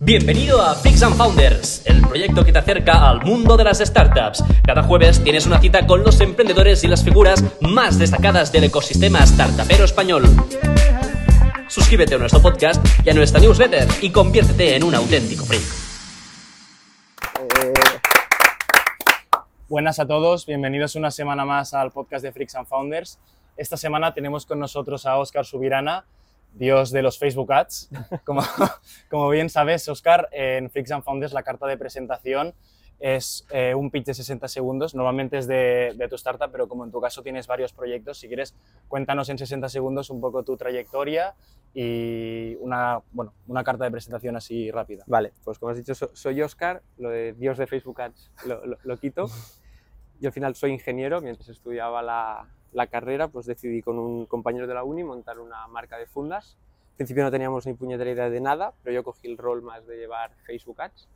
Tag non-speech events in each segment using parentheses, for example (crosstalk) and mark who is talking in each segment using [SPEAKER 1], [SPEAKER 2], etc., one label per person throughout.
[SPEAKER 1] Bienvenido a Picks and Founders, el proyecto que te acerca al mundo de las startups. Cada jueves tienes una cita con los emprendedores y las figuras más destacadas del ecosistema startupero español. Suscríbete a nuestro podcast y a nuestra newsletter y conviértete en un auténtico freak.
[SPEAKER 2] Buenas a todos, bienvenidos una semana más al podcast de Freaks and Founders. Esta semana tenemos con nosotros a Óscar Subirana, dios de los Facebook (laughs) Ads. Como, como bien sabes, Óscar, en Freaks and Founders la carta de presentación es eh, un pitch de 60 segundos, normalmente es de, de tu startup, pero como en tu caso tienes varios proyectos, si quieres cuéntanos en 60 segundos un poco tu trayectoria y una, bueno, una carta de presentación así rápida.
[SPEAKER 3] Vale, pues como has dicho, so- soy Oscar, lo de Dios de Facebook Ads lo, lo- lo quito. Yo al final soy ingeniero, mientras estudiaba la, la carrera, pues decidí con un compañero de la uni montar una marca de fundas. Al principio no teníamos ni puñetera idea de nada, pero yo cogí el rol más de llevar Facebook Ads.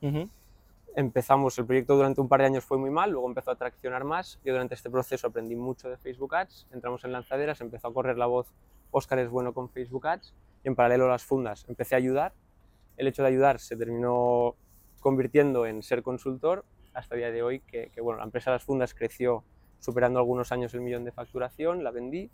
[SPEAKER 3] Empezamos, el proyecto durante un par de años fue muy mal, luego empezó a traccionar más. Yo durante este proceso aprendí mucho de Facebook Ads, entramos en lanzaderas, empezó a correr la voz, Óscar es bueno con Facebook Ads, y en paralelo a las fundas empecé a ayudar. El hecho de ayudar se terminó convirtiendo en ser consultor hasta el día de hoy, que, que, bueno, la empresa de las fundas creció superando algunos años el millón de facturación, la vendí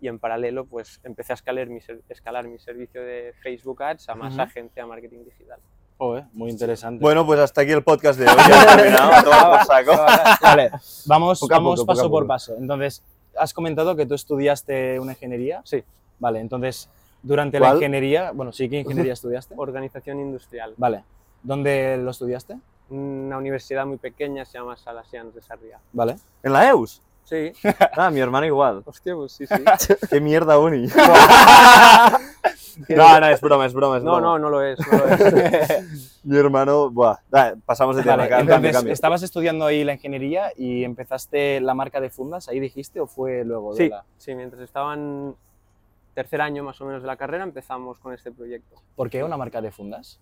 [SPEAKER 3] y en paralelo pues empecé a escalar mi, ser- escalar mi servicio de Facebook Ads a más
[SPEAKER 2] Ujú.
[SPEAKER 3] agencia de marketing digital.
[SPEAKER 2] Joder, muy interesante.
[SPEAKER 4] Bueno, pues hasta aquí el podcast de hoy. Ya (laughs) ha terminado, a tomar por saco.
[SPEAKER 2] vale, (laughs) vamos,
[SPEAKER 4] Poco a
[SPEAKER 2] vamos
[SPEAKER 4] poco, poco
[SPEAKER 2] paso
[SPEAKER 4] a
[SPEAKER 2] por
[SPEAKER 4] poco.
[SPEAKER 2] paso. Entonces, has comentado que tú estudiaste una ingeniería.
[SPEAKER 3] Sí.
[SPEAKER 2] Vale, entonces, durante la
[SPEAKER 4] ¿Cuál?
[SPEAKER 2] ingeniería, bueno, sí, ¿qué ingeniería estudiaste?
[SPEAKER 3] Organización industrial.
[SPEAKER 2] Vale. ¿Dónde lo estudiaste?
[SPEAKER 3] una universidad muy pequeña, se llama Salasians de Sarriá.
[SPEAKER 2] Vale.
[SPEAKER 4] ¿En la EUS?
[SPEAKER 3] Sí,
[SPEAKER 4] Ah, mi hermano igual.
[SPEAKER 3] hostia, pues sí, sí.
[SPEAKER 4] Qué mierda (laughs) uni. No, no, es broma, es broma, es
[SPEAKER 3] No,
[SPEAKER 4] broma.
[SPEAKER 3] no, no lo es, no lo es.
[SPEAKER 4] Mi hermano, buah, da, pasamos de tema,
[SPEAKER 2] Vale,
[SPEAKER 4] cambio,
[SPEAKER 2] entonces,
[SPEAKER 4] cambio.
[SPEAKER 2] estabas estudiando ahí la ingeniería y empezaste la marca de fundas, ahí dijiste, o fue luego de
[SPEAKER 3] Sí,
[SPEAKER 2] la-
[SPEAKER 3] sí, mientras estaban tercer año más o menos de la carrera empezamos con este proyecto.
[SPEAKER 2] ¿Por qué una marca de fundas?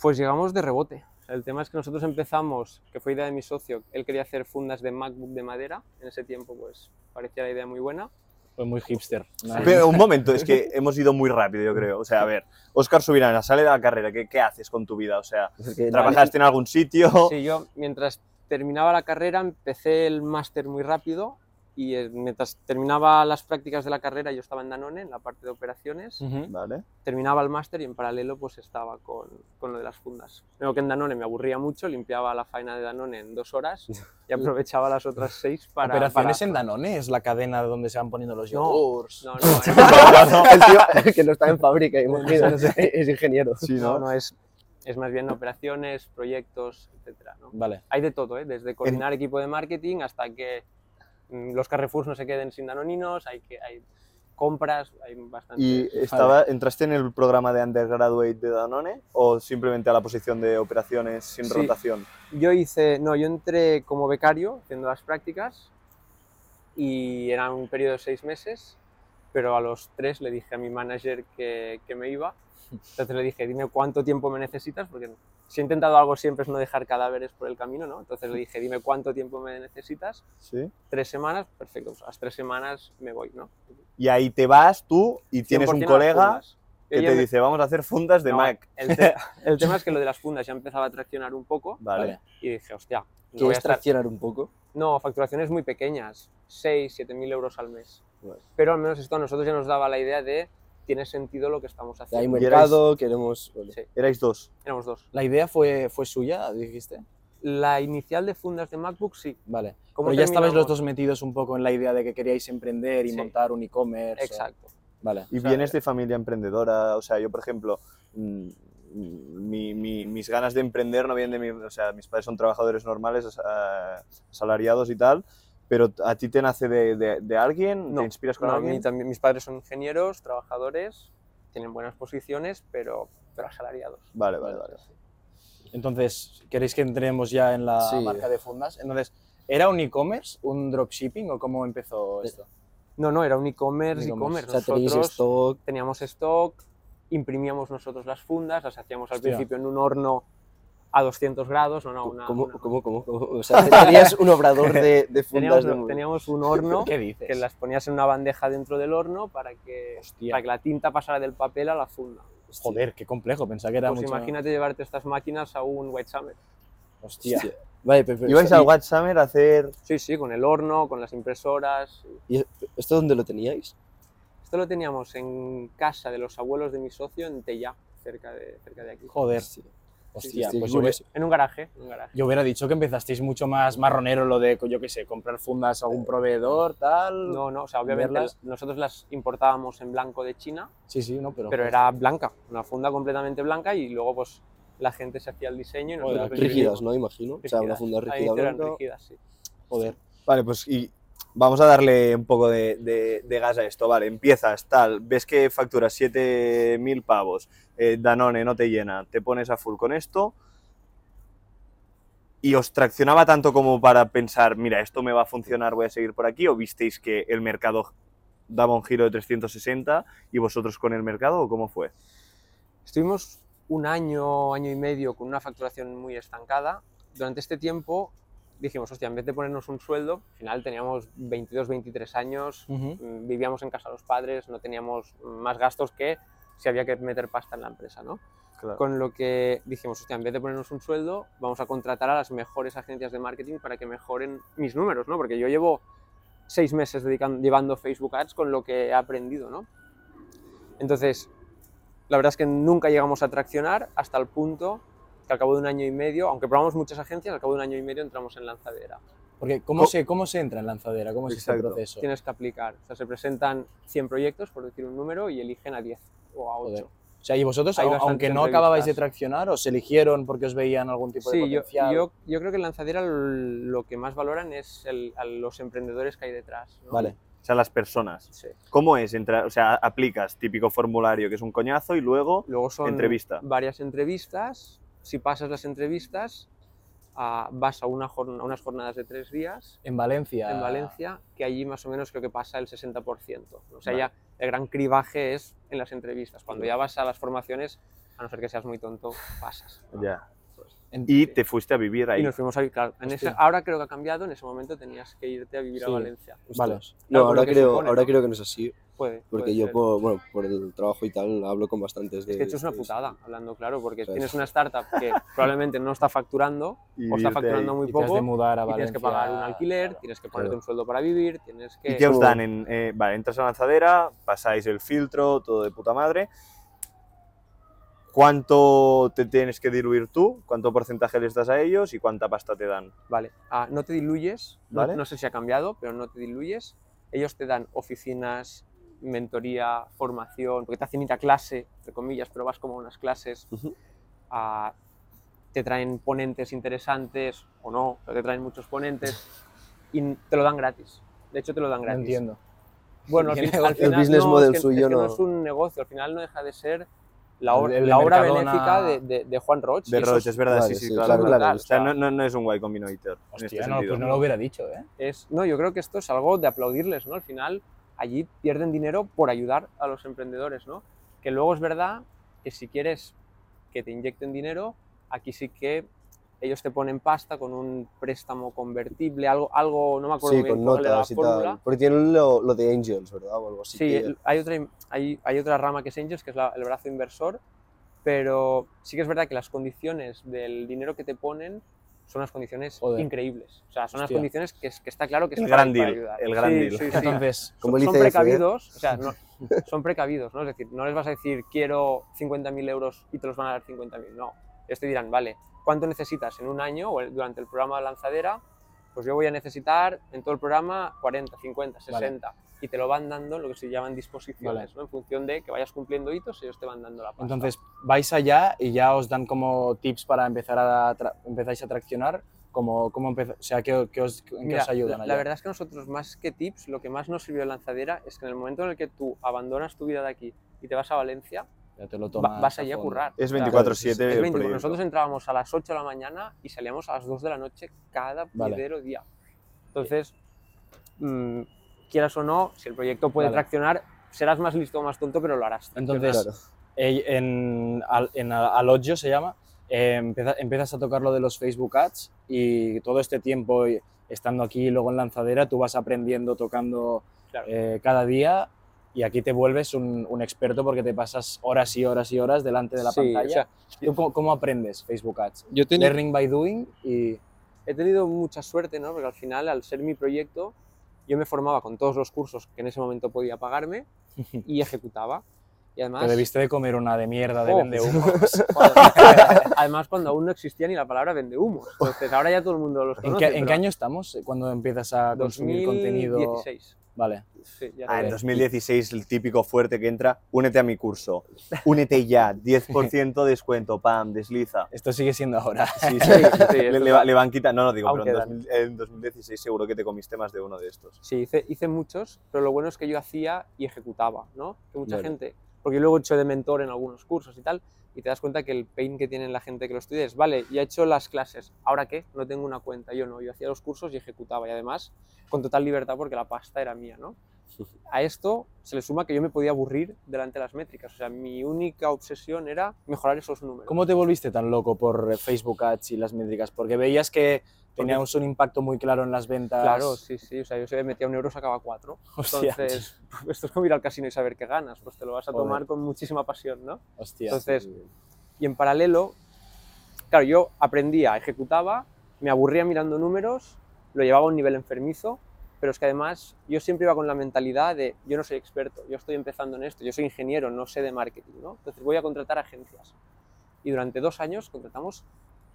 [SPEAKER 3] Pues llegamos de rebote. O sea, El tema es que nosotros empezamos, que fue idea de mi socio, él quería hacer fundas de MacBook de madera, en ese tiempo pues parecía la idea muy buena.
[SPEAKER 2] Fue muy hipster. ¿no?
[SPEAKER 4] Pero un momento, es que hemos ido muy rápido, yo creo. O sea, a ver, Óscar Subirana, sale de la carrera, ¿qué, qué haces con tu vida? O sea, ¿trabajaste en algún sitio?
[SPEAKER 3] Sí, yo mientras terminaba la carrera empecé el máster muy rápido y eh, mientras terminaba las prácticas de la carrera yo estaba en Danone, en la parte de operaciones.
[SPEAKER 2] Ujú.
[SPEAKER 4] Vale.
[SPEAKER 3] terminaba el máster y en paralelo pues estaba con, con lo de las fundas. Luego que en Danone me aburría mucho, limpiaba la faena de Danone en dos horas
[SPEAKER 4] (laughs)
[SPEAKER 3] y aprovechaba las otras seis para...
[SPEAKER 2] Operaciones
[SPEAKER 3] para-
[SPEAKER 2] en Danone es la cadena donde se van poniendo los
[SPEAKER 3] (laughs) No.
[SPEAKER 2] yogurts.
[SPEAKER 4] (laughs)
[SPEAKER 3] No, no,
[SPEAKER 5] El tío que no está en
[SPEAKER 2] (laughs)
[SPEAKER 5] fábrica, imagino, es ingeniero.
[SPEAKER 4] Sí,
[SPEAKER 3] es,
[SPEAKER 4] ¿no?
[SPEAKER 3] no, no, es, es más bien operaciones, proyectos, etcétera, ¿no?
[SPEAKER 2] Vale.
[SPEAKER 3] Hay de todo, ¿eh? desde coordinar equipo de marketing hasta que mm, los Carrefour no se queden sin danoninos, hay, que, hay compras, hay bastante...
[SPEAKER 4] ¿Y estaba, entraste en el programa de undergraduate de Danone o simplemente a la posición de operaciones sin
[SPEAKER 3] Sí.
[SPEAKER 4] rotación?
[SPEAKER 3] Yo hice, no, yo entré como becario haciendo las prácticas y era un periodo de seis meses, pero a los tres le dije a mi manager que, que me iba. Entonces le dije, dime cuánto tiempo me necesitas, porque si he intentado algo siempre es no dejar cadáveres por el camino, ¿no? Entonces le dije, dime cuánto tiempo me necesitas,
[SPEAKER 4] Sí.
[SPEAKER 3] tres semanas, perfecto, pues a las tres semanas me voy, ¿no?
[SPEAKER 4] Y ahí te vas tú y tienes
[SPEAKER 3] 100%
[SPEAKER 4] un
[SPEAKER 3] las
[SPEAKER 4] colega
[SPEAKER 3] fundas. Yo
[SPEAKER 4] que
[SPEAKER 3] ya
[SPEAKER 4] te
[SPEAKER 3] me-
[SPEAKER 4] dice, vamos a hacer fundas de
[SPEAKER 3] No,
[SPEAKER 4] Mac.
[SPEAKER 3] El, te- el tema es que lo de las fundas ya empezaba a traccionar un poco
[SPEAKER 4] Vale.
[SPEAKER 3] y dije, hostia, no voy a
[SPEAKER 5] ¿Quieres
[SPEAKER 3] estar
[SPEAKER 5] traccionar un poco?
[SPEAKER 3] No, facturaciones muy pequeñas, 6, 7 mil euros al mes.
[SPEAKER 4] Vale.
[SPEAKER 3] Pero al menos esto a nosotros ya nos daba la idea de tiene sentido lo que estamos
[SPEAKER 5] Hay
[SPEAKER 3] haciendo.
[SPEAKER 4] muy-
[SPEAKER 5] mercado, queremos... vale.
[SPEAKER 3] Sí,
[SPEAKER 4] Erais dos.
[SPEAKER 3] éramos dos.
[SPEAKER 2] La idea fue, fue suya, dijiste.
[SPEAKER 3] La inicial de fundas de MacBook, sí.
[SPEAKER 2] Vale.
[SPEAKER 3] ¿Cómo
[SPEAKER 2] Pero ya estabais los
[SPEAKER 3] terminamos?
[SPEAKER 2] dos metidos un poco en la idea de que queríais emprender y
[SPEAKER 3] Sí.
[SPEAKER 2] montar un e-commerce. o-
[SPEAKER 3] Exacto.
[SPEAKER 2] Vale.
[SPEAKER 4] Y
[SPEAKER 3] O sea, eh.
[SPEAKER 4] vienes de familia emprendedora, o sea, yo por ejemplo, mm, mi- mi- mis ganas de emprender no vienen de mi, o sea, mis padres son trabajadores normales, o sea, asalariados y tal, pero a ti te nace de, de- de alguien,
[SPEAKER 3] No,
[SPEAKER 4] te inspiras con
[SPEAKER 3] No, a mí
[SPEAKER 4] alguien.
[SPEAKER 3] también, mis padres son ingenieros, trabajadores, tienen buenas posiciones, pero, pero asalariados.
[SPEAKER 4] Vale, vale, vale.
[SPEAKER 2] Entonces, ¿queréis que entremos ya en la
[SPEAKER 5] Sí.
[SPEAKER 2] marca de fundas? Entonces, ¿era un e-commerce, un dropshipping o cómo empezó esto?
[SPEAKER 3] No, no, era un e-commerce,
[SPEAKER 2] E-commerce.
[SPEAKER 3] e-commerce.
[SPEAKER 5] O sea, tenéis
[SPEAKER 3] Nosotros-
[SPEAKER 5] stock,
[SPEAKER 3] teníamos stock, imprimíamos nosotros las fundas, las hacíamos al
[SPEAKER 2] Hostia.
[SPEAKER 3] principio en un horno a 200 grados, no, no, una,
[SPEAKER 5] ¿cómo,
[SPEAKER 3] una-
[SPEAKER 5] cómo, cómo, cómo? O sea,
[SPEAKER 2] (laughs)
[SPEAKER 5] tenías un obrador de, de fundas
[SPEAKER 3] teníamos,
[SPEAKER 5] de
[SPEAKER 3] un-
[SPEAKER 5] móvil.
[SPEAKER 3] teníamos un horno
[SPEAKER 2] ¿Qué dices?
[SPEAKER 3] que las ponías en una bandeja dentro del horno para que,
[SPEAKER 2] Hostia.
[SPEAKER 3] para que la tinta pasara del papel a la funda.
[SPEAKER 2] Joder, qué complejo, pensaba que era
[SPEAKER 3] Pues
[SPEAKER 2] mucho.
[SPEAKER 3] imagínate llevarte estas máquinas a un White Summer.
[SPEAKER 2] Hostia.
[SPEAKER 5] Hostia. Vale, pero, pero-
[SPEAKER 3] Pues,
[SPEAKER 4] ¿Ibais
[SPEAKER 5] y-
[SPEAKER 4] al Watch Summer a hacer
[SPEAKER 3] Sí, sí, con el horno, con las impresoras.
[SPEAKER 5] y ¿Esto dónde lo teníais?
[SPEAKER 3] Esto lo teníamos en casa de los abuelos de mi socio en Tellá, cerca de, cerca de aquí.
[SPEAKER 2] Joder.
[SPEAKER 5] Sí, sí,
[SPEAKER 2] Hostia,
[SPEAKER 5] sí,
[SPEAKER 2] pues yo,
[SPEAKER 5] yo-
[SPEAKER 2] hubiera-
[SPEAKER 3] En un garaje, en un garaje.
[SPEAKER 2] yo hubiera dicho que empezasteis mucho más marronero lo de, yo qué sé, comprar fundas a algún proveedor, tal.
[SPEAKER 3] Eh, No, no, o sea, obviamente
[SPEAKER 2] Verlas.
[SPEAKER 3] nosotros las importábamos en blanco de China,
[SPEAKER 2] Sí, sí, no, pero.
[SPEAKER 3] pero era blanca, una funda completamente blanca y luego pues la gente se hacía el diseño y
[SPEAKER 2] Joder,
[SPEAKER 3] nosotros...
[SPEAKER 2] Pues
[SPEAKER 5] Rígidas, ¿no? Imagino. O sea, una
[SPEAKER 3] Rígidas.
[SPEAKER 5] funda
[SPEAKER 3] Ahí
[SPEAKER 5] rígida
[SPEAKER 3] eran
[SPEAKER 5] blanca.
[SPEAKER 3] rígidas, sí.
[SPEAKER 5] Joder.
[SPEAKER 4] Vale, pues y vamos a darle un poco de, de- de gas a esto. Vale, empiezas, tal, ves que facturas 7.000 pavos, eh, Danone no te llena, te pones a full con esto y os traccionaba tanto como para pensar, mira, esto me va a funcionar, voy a seguir por aquí, o visteis que el mercado daba un giro de 360 y vosotros con el mercado, o cómo fue?
[SPEAKER 3] Estuvimos un año, año y medio con una facturación muy estancada. Durante este tiempo dijimos, hostia, en vez de ponernos un sueldo, al final teníamos 22, 23 años,
[SPEAKER 2] Ujú.
[SPEAKER 3] mm, vivíamos en casa de los padres, no teníamos más gastos que si había que meter pasta en la empresa, ¿no? Con lo que dijimos, hostia, en vez de ponernos un sueldo, vamos a contratar a las mejores agencias de marketing para que mejoren mis números, ¿no? Porque yo llevo seis meses dedican- llevando Facebook Ads con lo que he aprendido, ¿no? Entonces, la verdad es que nunca llegamos a traccionar hasta el punto que al cabo de un año y medio, aunque probamos muchas agencias, al cabo de un año y medio entramos en lanzadera.
[SPEAKER 2] Porque, ¿cómo,
[SPEAKER 4] Co-
[SPEAKER 2] se, ¿cómo se entra en lanzadera? ¿Cómo es este
[SPEAKER 4] Exacto.
[SPEAKER 2] proceso?
[SPEAKER 3] Tienes que aplicar. O sea, se presentan 100 proyectos, por decir un número, y eligen a 10 o a 8.
[SPEAKER 2] Joder. O sea, y vosotros,
[SPEAKER 3] Hay
[SPEAKER 2] au-
[SPEAKER 3] bastantes
[SPEAKER 2] aunque no acababais de
[SPEAKER 3] entrevistas.
[SPEAKER 2] traccionar, os eligieron porque os veían algún tipo de
[SPEAKER 3] Sí, yo,
[SPEAKER 2] potencial.
[SPEAKER 3] yo, yo creo que en lanzadera l- lo que más valoran es el- a los emprendedores que hay detrás. ¿no?
[SPEAKER 2] Vale.
[SPEAKER 4] O sea, las personas.
[SPEAKER 3] Sí.
[SPEAKER 4] ¿Cómo es entrar? O sea, aplicas típico formulario que es un coñazo y luego
[SPEAKER 3] Luego son
[SPEAKER 4] Entrevista.
[SPEAKER 3] varias entrevistas. Si pasas las entrevistas, ah, vas a, una jorn- a unas jornadas de tres días
[SPEAKER 2] En Valencia.
[SPEAKER 3] en Valencia, que allí más o menos creo que pasa el 60%. O sea,
[SPEAKER 4] Vale.
[SPEAKER 3] ya el gran cribaje es en las entrevistas. Cuando ya vas a las formaciones, a no ser que seas muy tonto, pasas. ¿no?
[SPEAKER 4] ya.
[SPEAKER 2] En-
[SPEAKER 4] Ah, Y te fuiste a vivir ahí.
[SPEAKER 3] Y nos fuimos a vivir, claro, en ese-
[SPEAKER 2] Hostia.
[SPEAKER 3] ahora creo que ha cambiado, en ese momento tenías que irte a vivir a
[SPEAKER 5] Sí.
[SPEAKER 3] Valencia.
[SPEAKER 2] Vale.
[SPEAKER 5] No,
[SPEAKER 3] Claro, por
[SPEAKER 5] ahora,
[SPEAKER 3] lo que
[SPEAKER 5] creo,
[SPEAKER 3] supone,
[SPEAKER 5] ahora
[SPEAKER 3] ¿no?
[SPEAKER 5] creo que no es así.
[SPEAKER 3] Puede,
[SPEAKER 5] Porque
[SPEAKER 3] puede
[SPEAKER 5] yo,
[SPEAKER 3] ser.
[SPEAKER 5] por, bueno, por el trabajo y tal, hablo con bastantes de.
[SPEAKER 3] Es que esto es una
[SPEAKER 5] de-
[SPEAKER 3] putada, hablando claro, porque
[SPEAKER 5] Claro.
[SPEAKER 3] tienes una startup que probablemente no está facturando
[SPEAKER 4] Y
[SPEAKER 3] o está
[SPEAKER 4] irte
[SPEAKER 3] facturando
[SPEAKER 4] ahí.
[SPEAKER 2] Y
[SPEAKER 3] muy
[SPEAKER 2] te has de
[SPEAKER 3] poco
[SPEAKER 2] mudar a
[SPEAKER 3] y
[SPEAKER 2] Valencia.
[SPEAKER 3] tienes que pagar un alquiler, tienes que ponerte
[SPEAKER 5] Claro.
[SPEAKER 3] un sueldo para vivir, tienes que...
[SPEAKER 4] ¿Y qué os dan? En, eh, vale, entras a lanzadera, pasáis el filtro, todo de puta madre. ¿Cuánto te tienes que diluir tú? ¿Cuánto porcentaje les das a ellos y cuánta pasta te dan?
[SPEAKER 3] Vale, ah, no te diluyes, no-
[SPEAKER 4] Vale.
[SPEAKER 3] no, sé si ha cambiado, pero no te diluyes. Ellos te dan oficinas, mentoría, formación, porque te hacen ir a clase, entre comillas, pero vas como a unas clases.
[SPEAKER 5] Ujú.
[SPEAKER 3] Ah, te traen ponentes interesantes o no, pero te traen muchos ponentes y n- te lo dan gratis. De hecho, te lo dan
[SPEAKER 2] No
[SPEAKER 3] gratis.
[SPEAKER 2] entiendo.
[SPEAKER 5] (laughs)
[SPEAKER 3] Bueno,
[SPEAKER 2] El
[SPEAKER 3] al, fin- al
[SPEAKER 5] negocio- el
[SPEAKER 3] final
[SPEAKER 5] business
[SPEAKER 3] no,
[SPEAKER 5] model
[SPEAKER 3] es que,
[SPEAKER 5] suyo
[SPEAKER 3] es que no.
[SPEAKER 5] no-
[SPEAKER 3] es un negocio, al final no deja de ser la, obra-
[SPEAKER 2] El- el
[SPEAKER 3] la obra
[SPEAKER 2] Mercadona-
[SPEAKER 3] benéfica de, de- de Juan Roch. y
[SPEAKER 4] De
[SPEAKER 3] eso es-
[SPEAKER 4] Roche, es verdad, sí,
[SPEAKER 5] vale,
[SPEAKER 4] sí,
[SPEAKER 5] sí,
[SPEAKER 4] claro.
[SPEAKER 5] claro,
[SPEAKER 4] claro.
[SPEAKER 3] claro,
[SPEAKER 4] O sea,
[SPEAKER 3] está.
[SPEAKER 4] no, no- no es un guay combinator en este
[SPEAKER 2] Hostia, no,
[SPEAKER 4] sentido.
[SPEAKER 2] pues no lo hubiera dicho, ¿eh?
[SPEAKER 3] es- no, yo creo que esto es algo de aplaudirles, ¿no? Al final, allí pierden dinero por ayudar a los emprendedores, ¿no? Que luego es verdad que si quieres que te inyecten dinero, aquí sí que ellos te ponen pasta con un préstamo convertible, algo, algo no me acuerdo
[SPEAKER 5] Sí,
[SPEAKER 3] bien
[SPEAKER 5] con
[SPEAKER 3] cuál era la
[SPEAKER 5] notas y
[SPEAKER 3] fórmula.
[SPEAKER 5] tal. Porque tienen lo, lo de Angels, ¿verdad? O algo así.
[SPEAKER 3] Sí,
[SPEAKER 5] que-
[SPEAKER 3] el- hay otra, in- hay, hay otra rama que es Angels, que es la- el brazo inversor, pero sí que es verdad que las condiciones del dinero que te ponen son unas condiciones
[SPEAKER 2] Joder.
[SPEAKER 3] increíbles. O sea, son unas
[SPEAKER 2] Hostia.
[SPEAKER 3] condiciones que, es- que está claro que
[SPEAKER 4] El
[SPEAKER 3] son para
[SPEAKER 4] gran deal,
[SPEAKER 3] ayudar.
[SPEAKER 4] el gran
[SPEAKER 3] Sí,
[SPEAKER 4] deal. (laughs)
[SPEAKER 3] sí, sí.
[SPEAKER 2] Entonces,
[SPEAKER 5] Como
[SPEAKER 3] son,
[SPEAKER 5] el
[SPEAKER 3] son
[SPEAKER 5] ICF, ¿eh?
[SPEAKER 3] precavidos, o
[SPEAKER 2] (laughs)
[SPEAKER 3] sea, no- son precavidos, ¿no? Es decir, no les vas a decir quiero 50.000 euros y te los van a dar 50.000, no. Ellos te dirán, vale, ¿cuánto necesitas en un año o el- durante el programa de lanzadera? Pues yo voy a necesitar en todo el programa 40, 50, 60. Y te lo van dando en lo que se llaman disposiciones,
[SPEAKER 2] Vale.
[SPEAKER 3] ¿no? En función de que vayas cumpliendo hitos, ellos te van dando la pasta.
[SPEAKER 2] entonces vais allá y ya os dan como tips para empezar a tra- empezáis a traccionar. Como, como empeza- o sea, ¿qué, qué os, ¿en qué
[SPEAKER 3] Mira,
[SPEAKER 2] os ayudan
[SPEAKER 3] la,
[SPEAKER 2] allá?
[SPEAKER 3] la verdad es que nosotros, más que tips, lo que más nos sirvió en lanzadera es que en el momento en el que tú abandonas tu vida de aquí y te vas a Valencia,
[SPEAKER 2] Ya te lo
[SPEAKER 3] va-
[SPEAKER 2] tomas
[SPEAKER 3] vas
[SPEAKER 2] a
[SPEAKER 3] allí a
[SPEAKER 2] fondo.
[SPEAKER 3] currar.
[SPEAKER 4] Es
[SPEAKER 3] O sea,
[SPEAKER 4] 24-7
[SPEAKER 3] Es
[SPEAKER 4] el
[SPEAKER 3] 21.
[SPEAKER 4] proyecto.
[SPEAKER 3] Nosotros entrábamos a las 8 de la mañana y salíamos a las 2 de la noche cada
[SPEAKER 2] Vale. Eh.
[SPEAKER 3] primero día. Entonces, mm, quieras o no, si el proyecto puede
[SPEAKER 2] Vale.
[SPEAKER 3] traccionar, serás más listo o más tonto, pero lo harás.
[SPEAKER 2] Entonces,
[SPEAKER 5] Claro.
[SPEAKER 2] Ey, en, al, en Alogio se llama, eh, empeza- empiezas a tocar lo de los Facebook Ads y todo este tiempo y- estando aquí y luego en Lanzadera, tú vas aprendiendo, tocando
[SPEAKER 3] Claro.
[SPEAKER 2] eh, cada día Y aquí te vuelves un, un experto porque te pasas horas y horas y horas delante de la
[SPEAKER 3] Sí, o
[SPEAKER 2] pantalla.
[SPEAKER 3] sea,
[SPEAKER 2] ¿Tú cómo, cómo aprendes Facebook Ads?
[SPEAKER 3] yo tengo-
[SPEAKER 2] Learning by doing y...
[SPEAKER 3] he tenido mucha suerte, ¿no? Porque al final, al ser mi proyecto, yo me formaba con todos los cursos que en ese momento podía pagarme
[SPEAKER 2] (laughs)
[SPEAKER 3] y ejecutaba. Y además,
[SPEAKER 2] Te debiste de comer una de mierda de
[SPEAKER 3] Oh.
[SPEAKER 2] vende humo.
[SPEAKER 3] (laughs) Joder, además cuando aún no existía ni la palabra vende humo. Entonces ahora ya todo el mundo los
[SPEAKER 2] ¿En
[SPEAKER 3] conoce.
[SPEAKER 2] qué, en qué
[SPEAKER 3] pero
[SPEAKER 2] año estamos eh, cuando empiezas a consumir contenido?
[SPEAKER 3] 2016.
[SPEAKER 2] Vale.
[SPEAKER 3] Sí, ya
[SPEAKER 4] Ah, en
[SPEAKER 3] sabes.
[SPEAKER 4] 2016 el típico fuerte que entra, únete a
[SPEAKER 3] (laughs)
[SPEAKER 4] mi curso, únete ya, 10% descuento, pam, desliza.
[SPEAKER 2] Esto sigue siendo ahora. (laughs)
[SPEAKER 4] Sí, sí, (laughs)
[SPEAKER 3] sí,
[SPEAKER 4] le,
[SPEAKER 3] esto
[SPEAKER 4] le va- le van quitando, no, no digo,
[SPEAKER 3] Aún
[SPEAKER 4] pero
[SPEAKER 3] quedan.
[SPEAKER 4] en, 2000 en 2016 seguro que te comiste más de uno de estos.
[SPEAKER 3] Sí, hice, hice muchos, pero lo bueno es que yo hacía y ejecutaba, ¿no? Que mucha
[SPEAKER 4] Vale.
[SPEAKER 3] gente, porque yo luego he hecho de mentor en algunos cursos y tal, y te das cuenta que el pain que tiene la gente que lo estudia es, vale, ya he hecho las clases, ¿ahora qué? No tengo una cuenta, yo no, yo hacía los cursos y ejecutaba, y además con total libertad porque la pasta era mía,
[SPEAKER 4] (laughs)
[SPEAKER 3] ¿no? A esto se le suma que yo me podía aburrir delante de las métricas, o sea, mi única obsesión era mejorar esos números.
[SPEAKER 2] ¿Cómo te volviste tan loco por eh, Facebook Ads y las métricas? Porque veías que
[SPEAKER 3] Porque-
[SPEAKER 2] teníamos un impacto muy claro en las ventas.
[SPEAKER 3] Claro, sí, sí, o sea, yo se metía un euro, sacaba cuatro.
[SPEAKER 2] (laughs) Hostia,
[SPEAKER 3] Entonces, pues esto es como ir al casino y saber qué ganas, pues te lo vas a
[SPEAKER 2] Joder.
[SPEAKER 3] tomar con muchísima pasión, ¿no?
[SPEAKER 2] hostia.
[SPEAKER 3] Entonces, y en paralelo, claro, yo aprendía, ejecutaba, me aburría mirando números, lo llevaba a un nivel enfermizo, pero es que además yo siempre iba con la mentalidad de yo no soy experto, yo estoy empezando en esto, yo soy ingeniero, no sé de marketing, ¿no? Entonces voy a contratar agencias. Y durante dos años contratamos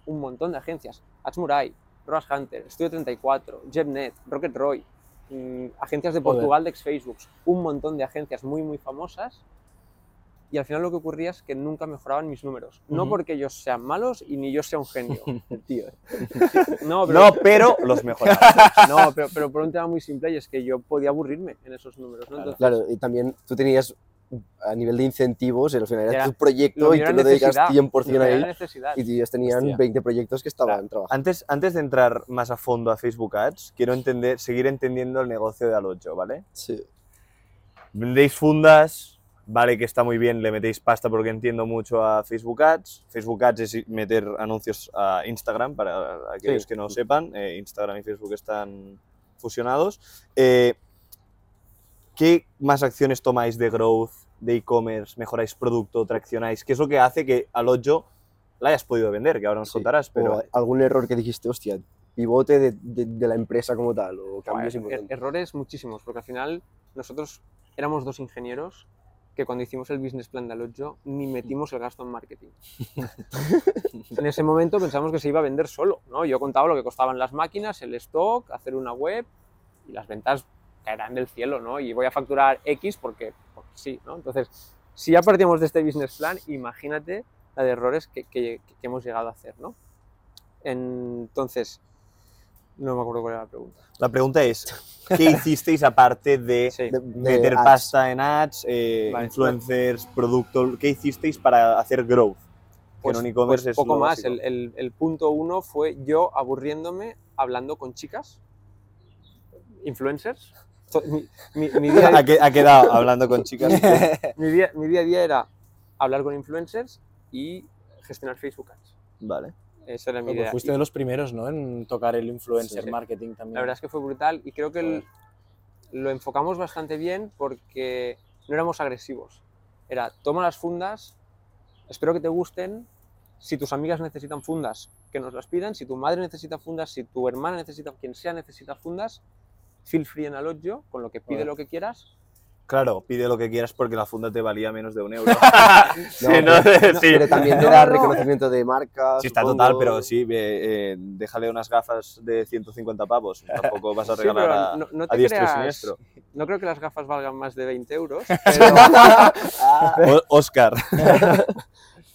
[SPEAKER 3] un montón de agencias. Atsmurai, Roas Hunter, Studio 34, JebNet, Rocket Roy, mm, agencias de
[SPEAKER 2] Joder.
[SPEAKER 3] Portugal de ex-Facebooks, un montón de agencias muy, muy famosas. Y al final lo que ocurría es que nunca mejoraban mis números. No
[SPEAKER 2] Ujú.
[SPEAKER 3] porque ellos sean malos y ni yo sea un
[SPEAKER 5] (laughs)
[SPEAKER 3] genio, tío. No, pero,
[SPEAKER 4] No, pero los mejorados.
[SPEAKER 3] (laughs)
[SPEAKER 5] (laughs)
[SPEAKER 3] no, pero, pero por un tema muy simple y es que yo podía aburrirme en esos números. ¿no? Entonces,
[SPEAKER 5] Claro, y también tú tenías a nivel de incentivos, al final era,
[SPEAKER 3] Era-
[SPEAKER 5] tu
[SPEAKER 3] lo
[SPEAKER 5] proyecto
[SPEAKER 3] que
[SPEAKER 5] y
[SPEAKER 3] era
[SPEAKER 5] tú lo dedicas
[SPEAKER 3] necesidad,
[SPEAKER 5] 100%
[SPEAKER 3] lo
[SPEAKER 5] a
[SPEAKER 3] que era
[SPEAKER 5] él
[SPEAKER 3] necesidad.
[SPEAKER 5] y ellos tenían
[SPEAKER 2] Hostia.
[SPEAKER 5] 20 proyectos que estaban trabajando.
[SPEAKER 4] Antes, antes de entrar más a fondo a Facebook Ads, quiero entender, seguir entendiendo el negocio de Alocho, ¿vale?
[SPEAKER 5] Sí.
[SPEAKER 4] Vendéis fundas, vale que está muy bien, le metéis pasta porque entiendo mucho a Facebook Ads. Facebook Ads es meter anuncios a Instagram, para aquellos
[SPEAKER 3] Sí.
[SPEAKER 4] que no sepan, eh, Instagram y Facebook están fusionados. Eh, ¿Qué más acciones tomáis de growth, de e-commerce? ¿Mejoráis producto? ¿Traccionáis? ¿Qué es lo que hace que Alocho la hayas podido vender? Que ahora nos
[SPEAKER 5] Sí.
[SPEAKER 4] contarás, pero...
[SPEAKER 5] O algún error que dijiste, hostia, pivote de, de- de la empresa como tal, o
[SPEAKER 3] Joder,
[SPEAKER 5] cambios
[SPEAKER 3] er-
[SPEAKER 5] importantes.
[SPEAKER 3] errores muchísimos, porque al final nosotros éramos dos ingenieros que cuando hicimos el business plan de Alotjo ni metimos el gasto en marketing. en ese momento pensamos que se iba a vender solo, ¿no? Yo contaba lo que costaban las máquinas, el stock, hacer una web y las ventas caerán del cielo, ¿no? Y voy a facturar X porque, porque sí, ¿no? Entonces, si ya partíamos de este business plan, imagínate la de errores que, que- que hemos llegado a hacer, ¿no? Entonces, no me acuerdo cuál era la pregunta.
[SPEAKER 4] La pregunta es, ¿qué hicisteis aparte de
[SPEAKER 3] Sí.
[SPEAKER 5] De- de ah,
[SPEAKER 4] meter
[SPEAKER 3] (laughs)
[SPEAKER 5] ads.
[SPEAKER 4] pasta en ads, eh,
[SPEAKER 3] Vale.
[SPEAKER 4] influencers, producto? ¿Qué hicisteis para hacer growth?
[SPEAKER 3] Pues-
[SPEAKER 4] que en e-commerce
[SPEAKER 3] pues
[SPEAKER 4] es
[SPEAKER 3] poco
[SPEAKER 4] lo
[SPEAKER 3] más.
[SPEAKER 4] básico.
[SPEAKER 3] El, el- el punto uno fue yo aburriéndome hablando con chicas, influencers. To- Mi, mi- mi día,
[SPEAKER 4] (laughs) ha, que- ha quedado hablando con (laughs) chicas.
[SPEAKER 3] mi día- mi día a día era hablar con influencers y gestionar Facebook Ads.
[SPEAKER 4] vale.
[SPEAKER 3] Esa era mi
[SPEAKER 4] Pues
[SPEAKER 2] Porque
[SPEAKER 3] idea.
[SPEAKER 2] pues fuiste de los primeros, ¿no? En tocar el influencer
[SPEAKER 3] Sí.
[SPEAKER 2] marketing también.
[SPEAKER 3] La verdad es que fue brutal y creo que el- lo enfocamos bastante bien porque no éramos agresivos. Era, toma las fundas, espero que te gusten. Si tus amigas necesitan fundas, que nos las pidan. Si tu madre necesita fundas, si tu hermana necesita, quien sea necesita fundas, feel free en Alotjo, con lo que pide
[SPEAKER 2] Joder.
[SPEAKER 3] lo que quieras.
[SPEAKER 4] Claro, pide lo que quieras porque la funda te valía menos de un (laughs) euro. Sí,
[SPEAKER 5] No,
[SPEAKER 4] no,
[SPEAKER 5] (laughs) pero,
[SPEAKER 4] sí.
[SPEAKER 5] pero también te
[SPEAKER 3] No,
[SPEAKER 5] da
[SPEAKER 3] no, no.
[SPEAKER 5] reconocimiento de marca.
[SPEAKER 4] Sí, está
[SPEAKER 5] supongo.
[SPEAKER 4] total, pero sí, eh, eh, déjale unas gafas de 150 pavos. Tampoco vas a
[SPEAKER 3] Sí, pero
[SPEAKER 4] regalar a,
[SPEAKER 3] no- no
[SPEAKER 4] a
[SPEAKER 3] te
[SPEAKER 4] diestro y
[SPEAKER 3] creas.
[SPEAKER 4] (laughs) siniestro.
[SPEAKER 3] No creo que las gafas valgan más de 20
[SPEAKER 4] (laughs)
[SPEAKER 3] euros, pero,
[SPEAKER 4] Oscar.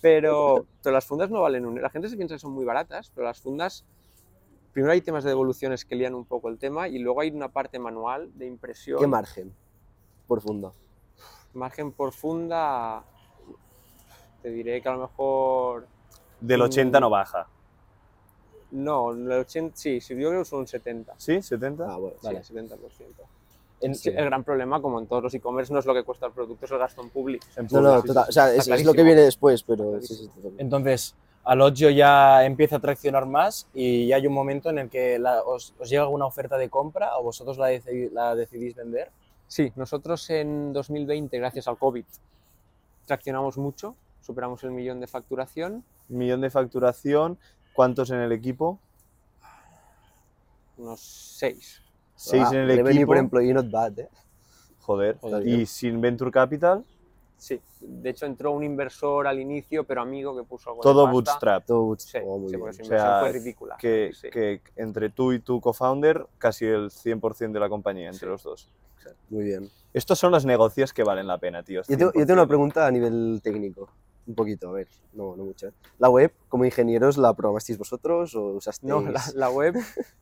[SPEAKER 3] pero, pero las fundas no valen un La gente se piensa que son muy baratas, pero las fundas, primero hay temas de devoluciones que lían un poco el tema y luego hay una parte manual de impresión.
[SPEAKER 5] ¿Qué margen? Por funda.
[SPEAKER 3] Margen por funda, te diré que a lo mejor...
[SPEAKER 4] Del 80 no baja.
[SPEAKER 3] No, el 80, sí, sí, yo creo que son un 70.
[SPEAKER 4] ¿Sí? ¿70?
[SPEAKER 5] Ah, bueno,
[SPEAKER 3] sí,
[SPEAKER 5] vale.
[SPEAKER 3] 70%.
[SPEAKER 5] En-
[SPEAKER 3] Sí, El gran problema, como en todos los e-commerce, no es lo que cuesta el producto, es el gasto en público.
[SPEAKER 5] No, no, total. O sea, es,
[SPEAKER 3] Está
[SPEAKER 5] es lo que
[SPEAKER 3] clarísimo.
[SPEAKER 5] viene después, pero.
[SPEAKER 3] Está
[SPEAKER 5] sí, sí, totalmente.
[SPEAKER 2] Entonces, Alotjo ya empieza a traccionar más y ya hay un momento en el que la- os, os llega alguna oferta de compra o vosotros la, deci- la decidís vender.
[SPEAKER 3] Sí, nosotros en 2020, gracias al COVID, traccionamos mucho, superamos el millón de facturación,
[SPEAKER 4] Millón de facturación, ¿cuántos en el equipo?
[SPEAKER 3] unos seis.
[SPEAKER 4] Seis
[SPEAKER 5] Ah,
[SPEAKER 4] en el
[SPEAKER 5] revenue
[SPEAKER 4] equipo.
[SPEAKER 5] por employee not bad, eh.
[SPEAKER 4] Joder.
[SPEAKER 5] Joder.
[SPEAKER 4] Y sin Venture Capital,
[SPEAKER 3] Sí, de hecho entró un inversor al inicio, pero amigo que puso algo de
[SPEAKER 4] todo
[SPEAKER 3] pasta.
[SPEAKER 4] bootstrap.
[SPEAKER 5] Todo boot-
[SPEAKER 3] Sí,
[SPEAKER 5] oh, muy
[SPEAKER 3] sí,
[SPEAKER 5] bien.
[SPEAKER 3] porque su
[SPEAKER 4] O
[SPEAKER 3] inversión
[SPEAKER 4] sea,
[SPEAKER 3] fue ridícula.
[SPEAKER 4] Que,
[SPEAKER 3] sí.
[SPEAKER 4] que entre tú y tu co-founder, casi el 100% de la compañía, entre los dos.
[SPEAKER 5] Muy bien.
[SPEAKER 4] Estos son los negocios que valen la pena, tío.
[SPEAKER 5] Yo tengo, yo tengo una pregunta a nivel técnico. Un poquito, a ver, no, no mucho. eh. ¿La web, como ingenieros, la programasteis vosotros o usasteis?
[SPEAKER 3] No, la, la web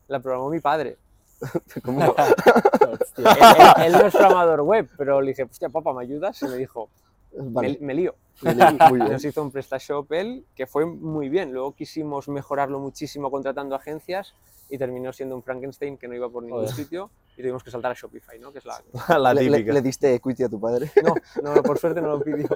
[SPEAKER 3] la programó mi padre.
[SPEAKER 5] (laughs) ¿Cómo?
[SPEAKER 3] (laughs) Él, él- él no es programador web, pero le dije, hostia, papá, ¿me ayudas? Y me dijo,
[SPEAKER 5] Vale,
[SPEAKER 3] me, me lío. (laughs)
[SPEAKER 5] muy bien.
[SPEAKER 3] Nos hizo un PrestaShop él, que fue muy bien. Luego quisimos mejorarlo muchísimo contratando agencias y terminó siendo un Frankenstein que no iba por ningún
[SPEAKER 5] Joder.
[SPEAKER 3] sitio y tuvimos que saltar a Shopify, ¿no? Que es la...
[SPEAKER 4] (laughs) la
[SPEAKER 5] Le- le,
[SPEAKER 4] típica.
[SPEAKER 5] le diste equity a tu padre?
[SPEAKER 3] No, no, por suerte no lo pidió.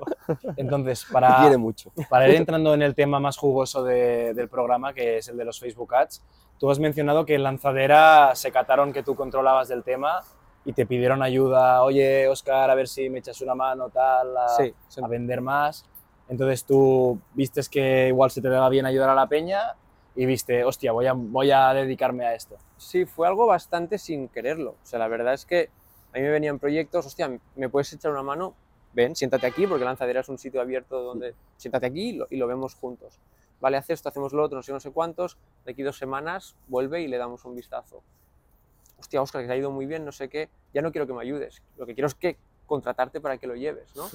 [SPEAKER 2] Entonces,
[SPEAKER 5] Te
[SPEAKER 2] para,
[SPEAKER 5] (laughs) quiere mucho.
[SPEAKER 2] Para ir entrando en el tema más jugoso de- del programa, que es el de los Facebook Ads, tú has mencionado que en Lanzadera se cataron que tú controlabas del tema y te pidieron ayuda, oye, Oscar, a ver si me echas una mano, tal, a,
[SPEAKER 3] Sí, se-
[SPEAKER 2] a vender más. Entonces tú vistes que igual se te daba bien ayudar a la peña y viste, hostia, voy a, voy a dedicarme a esto.
[SPEAKER 3] sí, fue algo bastante sin quererlo. O sea, la verdad es que a mí me venían proyectos, hostia, ¿me puedes echar una mano? Ven, siéntate aquí, porque Lanzadera es un sitio abierto donde siéntate aquí y lo, y lo vemos juntos. Vale, haz esto, hacemos lo otro, no sé, no sé cuántos. De aquí dos semanas vuelve y le damos un vistazo. Hostia, Oscar, que te ha ido muy bien, no sé qué. Ya no quiero que me ayudes. Lo que quiero es que contratarte para que lo lleves, ¿no?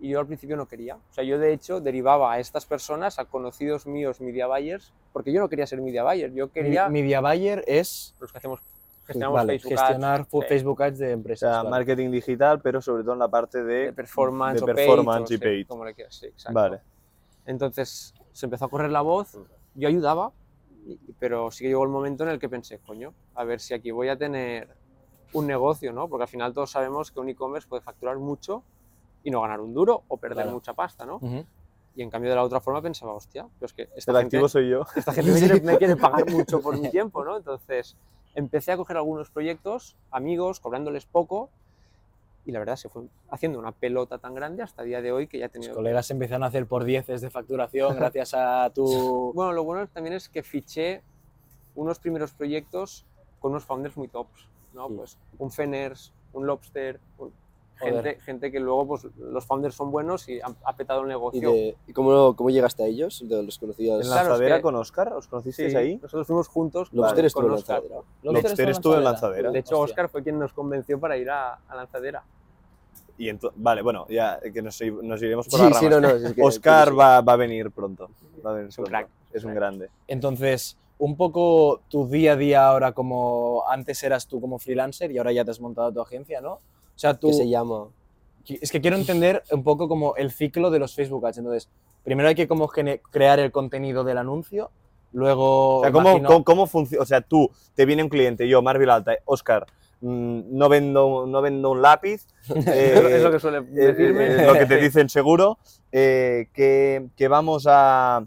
[SPEAKER 3] y yo al principio no quería. O sea, yo de hecho derivaba a estas personas, a conocidos míos, media buyers, porque yo no quería ser media buyer, yo quería
[SPEAKER 2] Mi- Media Buyer es
[SPEAKER 3] los que hacemos gestionamos
[SPEAKER 2] vale,
[SPEAKER 3] Facebook Ads,
[SPEAKER 2] gestionar fu-
[SPEAKER 3] sí,
[SPEAKER 2] Facebook Ads de
[SPEAKER 4] O
[SPEAKER 2] empresas.
[SPEAKER 4] sea,
[SPEAKER 2] vale.
[SPEAKER 4] marketing digital, pero sobre todo en la parte de,
[SPEAKER 3] de performance,
[SPEAKER 4] de
[SPEAKER 3] o paid,
[SPEAKER 4] performance
[SPEAKER 3] o
[SPEAKER 4] y
[SPEAKER 3] sí,
[SPEAKER 4] paid.
[SPEAKER 3] como le quieras, sí, exacto.
[SPEAKER 4] Vale.
[SPEAKER 3] Entonces se empezó a correr la voz, yo ayudaba, y- pero sí que llegó el momento en el que pensé, coño, a ver si aquí voy a tener un negocio, ¿no? Porque al final todos sabemos que un e-commerce puede facturar mucho y no ganar un duro o perder
[SPEAKER 2] Claro.
[SPEAKER 3] mucha pasta, ¿no?
[SPEAKER 2] Ujú.
[SPEAKER 3] Y en cambio de la otra forma pensaba, hostia, pero es que esta
[SPEAKER 4] El
[SPEAKER 3] gente-
[SPEAKER 4] activo soy yo.
[SPEAKER 3] esta (laughs) gente me
[SPEAKER 5] (laughs)
[SPEAKER 3] quiere, me quiere pagar mucho por mi tiempo, ¿no? Entonces empecé a coger algunos proyectos, amigos, cobrándoles poco, y la verdad se fue haciendo una pelota tan grande hasta el día de hoy que ya he
[SPEAKER 2] Mis
[SPEAKER 3] tenido...
[SPEAKER 2] colegas empiezan a hacer por 10 de
[SPEAKER 3] (laughs)
[SPEAKER 2] facturación gracias a tu
[SPEAKER 3] Bueno, lo bueno también es que fiché unos primeros proyectos con unos founders muy tops, ¿no?
[SPEAKER 5] Sí.
[SPEAKER 3] Pues un Feners, un Lobster, un-
[SPEAKER 2] Joder.
[SPEAKER 3] gente, gente que luego pues los founders son buenos y han- ha petado el
[SPEAKER 5] ¿Y
[SPEAKER 3] negocio.
[SPEAKER 5] de- ¿y cómo, cómo llegaste a ellos? ¿De- ¿Los conocías?
[SPEAKER 4] En
[SPEAKER 3] Claro, es
[SPEAKER 4] lanzadera
[SPEAKER 3] que-
[SPEAKER 4] con Oscar, ¿os conocisteis
[SPEAKER 3] Sí,
[SPEAKER 4] ahí?
[SPEAKER 3] Nosotros fuimos juntos con-
[SPEAKER 5] Lobster estuvo
[SPEAKER 3] con
[SPEAKER 5] en
[SPEAKER 3] Oscar.
[SPEAKER 5] Lanzadera.
[SPEAKER 4] Lobster estuvo en lanzadera.
[SPEAKER 3] De hecho,
[SPEAKER 2] Hostia.
[SPEAKER 3] Oscar fue quien nos convenció para ir a, a Lanzadera.
[SPEAKER 4] Y ento- vale, bueno, ya eh, que nos, i- nos iremos por
[SPEAKER 5] Sí,
[SPEAKER 4] la
[SPEAKER 5] sí, no, no. es
[SPEAKER 3] ¿eh?
[SPEAKER 5] que- pues,
[SPEAKER 4] Oscar
[SPEAKER 5] sí, sí.
[SPEAKER 4] va, va a venir pronto. Va a venir
[SPEAKER 3] Es un
[SPEAKER 4] pronto.
[SPEAKER 3] crack.
[SPEAKER 4] Es un
[SPEAKER 3] crack.
[SPEAKER 4] grande.
[SPEAKER 2] Entonces, un poco tu día a día ahora, como antes eras tú como freelancer y ahora ya te has montado tu agencia, ¿no? O sea, tú.
[SPEAKER 5] Que se llama.
[SPEAKER 2] qui- Es que quiero entender un poco como el ciclo de los Facebook Ads. Entonces, primero hay que como gene- crear el contenido del anuncio, luego.
[SPEAKER 4] O sea, ¿cómo,
[SPEAKER 2] imagino-
[SPEAKER 4] funciona? O sea, tú, te viene un cliente, yo, Marvel Alta, Oscar, mm, no vendo, no vendo un lápiz. eh,
[SPEAKER 3] (laughs) es lo que suele
[SPEAKER 4] eh,
[SPEAKER 3] decirme.
[SPEAKER 4] eh, lo que te dicen seguro, eh, que, que vamos a, a-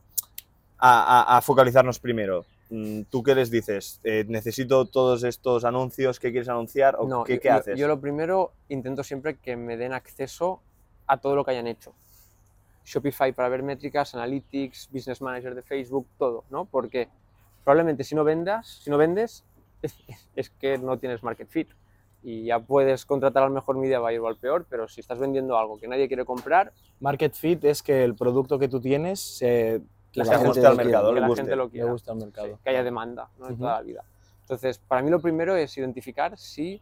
[SPEAKER 4] a- a focalizarnos primero. Mm, ¿Tú qué les dices? Eh, ¿Necesito todos estos anuncios que quieres anunciar
[SPEAKER 3] (laughs)
[SPEAKER 4] o
[SPEAKER 3] No,
[SPEAKER 4] qué,
[SPEAKER 3] yo-
[SPEAKER 4] qué
[SPEAKER 3] yo-
[SPEAKER 4] haces?
[SPEAKER 3] Yo lo primero intento siempre que me den acceso a todo lo que hayan hecho. Shopify para ver métricas, Analytics, Business Manager de Facebook, todo, ¿no? Porque probablemente si no vendas, si no vendes, (laughs) es, es que no tienes market fit. Y ya puedes contratar al mejor media buyer o al peor, pero si estás vendiendo algo que nadie quiere comprar,
[SPEAKER 2] Market fit es que el producto que tú tienes se.
[SPEAKER 5] Que
[SPEAKER 4] Se
[SPEAKER 5] la
[SPEAKER 4] ajusta
[SPEAKER 5] gente
[SPEAKER 4] al
[SPEAKER 5] lo
[SPEAKER 4] mercado,
[SPEAKER 5] quiera,
[SPEAKER 3] que
[SPEAKER 4] le
[SPEAKER 3] la
[SPEAKER 4] guste.
[SPEAKER 3] gente lo
[SPEAKER 2] Le
[SPEAKER 3] quiera.
[SPEAKER 2] gusta al mercado.
[SPEAKER 3] Sí, que haya demanda ¿no? de
[SPEAKER 2] Ujú.
[SPEAKER 3] toda la vida. Entonces, para mí lo primero es identificar si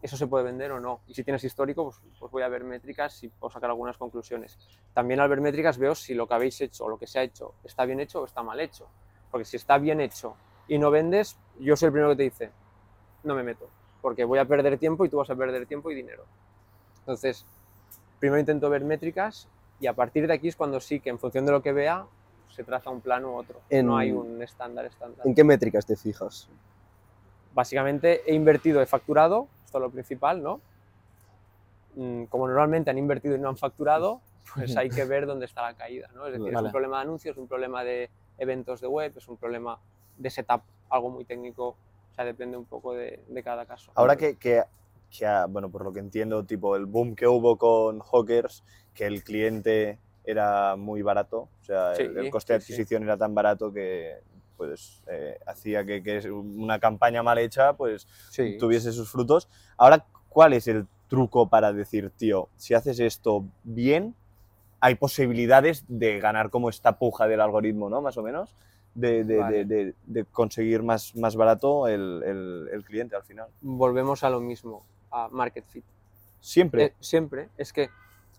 [SPEAKER 3] eso se puede vender o no. Y si tienes histórico, pues, pues voy a ver métricas y puedo sacar algunas conclusiones. También al ver métricas veo si lo que habéis hecho o lo que se ha hecho está bien hecho o está mal hecho. Porque si está bien hecho y no vendes, yo soy el primero que te dice, no me meto, porque voy a perder tiempo y tú vas a perder tiempo y dinero. Entonces, primero intento ver métricas y a partir de aquí es cuando sí que en función de lo que vea se traza un plan u otro.
[SPEAKER 5] En-
[SPEAKER 3] No hay un estándar estándar.
[SPEAKER 5] ¿En qué métricas te fijas?
[SPEAKER 3] Básicamente he invertido, he facturado, esto es lo principal, ¿no? Mm, Como normalmente han invertido y no han facturado, pues hay que ver dónde está la caída, ¿no? Es decir, es
[SPEAKER 2] Vale.
[SPEAKER 3] un problema de anuncios, es un problema de eventos de web, es un problema de setup, algo muy técnico, o sea, depende un poco de, de cada caso.
[SPEAKER 4] Ahora que, que que ha- bueno, por lo que entiendo, tipo el boom que hubo con Hawkers, que el cliente era muy barato, o sea, el, el
[SPEAKER 3] Sí,
[SPEAKER 4] coste de
[SPEAKER 3] sí, sí.
[SPEAKER 4] adquisición era tan barato que pues eh, hacía que, que es una campaña mal hecha pues
[SPEAKER 5] Sí.
[SPEAKER 4] tuviese sus frutos. Ahora, ¿cuál es el truco para decir, tío, si haces esto bien, hay posibilidades de ganar como esta puja del algoritmo, ¿no? Más o menos, de, de-
[SPEAKER 3] Vale.
[SPEAKER 4] de- de- de conseguir más, más barato el, el- el cliente al final.
[SPEAKER 3] Volvemos a lo mismo, a market fit.
[SPEAKER 4] Siempre.
[SPEAKER 3] Eh, siempre. Es que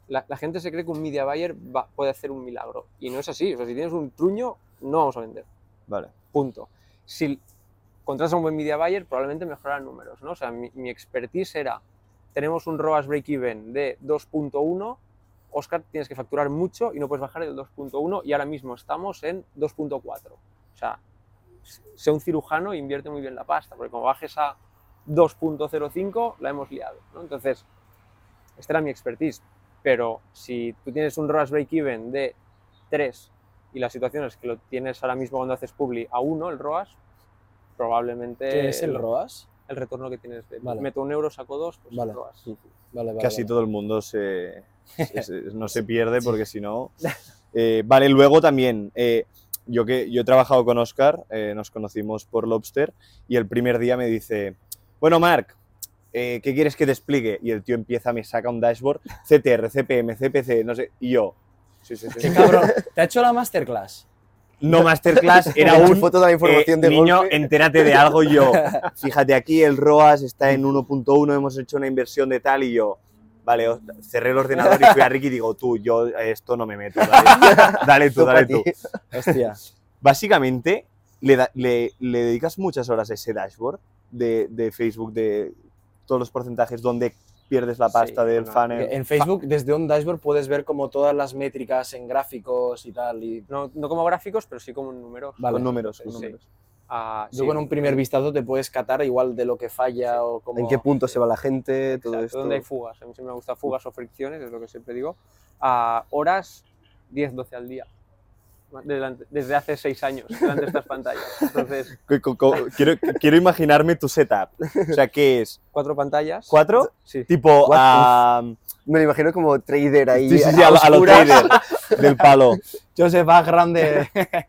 [SPEAKER 3] la, la gente se cree que un media buyer va- puede hacer un milagro. Y no es así. O sea, si tienes un truño, no vamos a vender.
[SPEAKER 4] Vale.
[SPEAKER 3] Punto. Si contratas a un buen media buyer, probablemente mejorarán números. ¿no? O sea, mi, mi expertise era, tenemos un ROAS break-even de 2.1, Oscar, tienes que facturar mucho y no puedes bajar del 2.1 y ahora mismo estamos en 2.4. O sea, sé un cirujano e invierte muy bien la pasta, porque como bajes a 2.05 la hemos liado. ¿no? Entonces, esta era mi expertise. Pero si tú tienes un ROAS break-even de 3 y la situación es que lo tienes ahora mismo cuando haces publi a 1, el ROAS, probablemente
[SPEAKER 6] ¿Qué es el
[SPEAKER 3] lo-
[SPEAKER 6] ROAS?
[SPEAKER 3] el retorno que tienes. De,
[SPEAKER 6] Vale.
[SPEAKER 3] Meto un euro, saco dos, pues
[SPEAKER 6] Vale.
[SPEAKER 3] el ROAS.
[SPEAKER 6] Vale, vale,
[SPEAKER 4] Casi
[SPEAKER 6] vale.
[SPEAKER 4] todo el mundo se, se- se- no se pierde porque si no... Eh, vale, luego también, eh, yo, que, yo he trabajado con Oscar, eh, nos conocimos por Lobster y el primer día me dice, bueno, Marc, eh, ¿qué quieres que te explique? Y el tío empieza, me saca un dashboard, CTR, CPM, CPC, no sé, y yo... Sí, sí, sí,
[SPEAKER 6] Qué
[SPEAKER 2] (laughs)
[SPEAKER 4] sí.
[SPEAKER 6] cabrón. ¿Te ha hecho la masterclass?
[SPEAKER 4] No masterclass,
[SPEAKER 5] (laughs)
[SPEAKER 4] era
[SPEAKER 5] Me
[SPEAKER 4] un...
[SPEAKER 5] chufó toda la información
[SPEAKER 4] eh,
[SPEAKER 5] de
[SPEAKER 4] niño,
[SPEAKER 5] golpe.
[SPEAKER 4] entérate de algo y yo. Fíjate aquí, el ROAS está en 1.1, hemos hecho una inversión de tal y yo. Vale, o- cerré el ordenador y fui a Ricky y digo, tú, yo a esto no me meto. Dale, dale tú,
[SPEAKER 5] Esto
[SPEAKER 4] dale
[SPEAKER 5] pa'
[SPEAKER 4] tú.
[SPEAKER 5] ti.
[SPEAKER 6] Hostia.
[SPEAKER 4] Básicamente, le, da- le- le dedicas muchas horas a ese dashboard de, de Facebook, de todos los porcentajes, donde pierdes la pasta
[SPEAKER 3] Sí,
[SPEAKER 4] del
[SPEAKER 3] bueno,
[SPEAKER 4] funnel.
[SPEAKER 2] eh,
[SPEAKER 6] En Facebook, desde un dashboard puedes ver como todas las métricas en gráficos y tal. Y...
[SPEAKER 3] No, no como gráficos, pero sí como un número.
[SPEAKER 6] Vale.
[SPEAKER 4] Con números, con
[SPEAKER 3] Sí.
[SPEAKER 4] números.
[SPEAKER 3] Ah,
[SPEAKER 6] Yo
[SPEAKER 3] sí,
[SPEAKER 6] con un primer vistazo te puedes catar igual de lo que falla
[SPEAKER 3] Sí.
[SPEAKER 6] o como...
[SPEAKER 5] ¿En qué punto se va la gente?
[SPEAKER 3] exacto,
[SPEAKER 5] Todo esto.
[SPEAKER 3] donde hay fugas. A mí siempre me gusta fugas o fricciones, es lo que siempre digo. Ah, horas 10, 12 al día. Delante- desde hace 6 años, delante de
[SPEAKER 5] (laughs)
[SPEAKER 3] estas pantallas. Entonces,
[SPEAKER 4] Que- co- co- Quiero, quiero imaginarme tu setup. O sea, ¿qué es?
[SPEAKER 3] cuatro pantallas.
[SPEAKER 4] ¿Cuatro?
[SPEAKER 3] Sí.
[SPEAKER 4] Tipo,
[SPEAKER 5] What?
[SPEAKER 4] ah,
[SPEAKER 5] Me lo imagino como trader ahí.
[SPEAKER 4] Sí, sí, sí, a, lo- a lo
[SPEAKER 5] oscuras.
[SPEAKER 4] trader, (laughs) del palo.
[SPEAKER 6] Joseph Background de...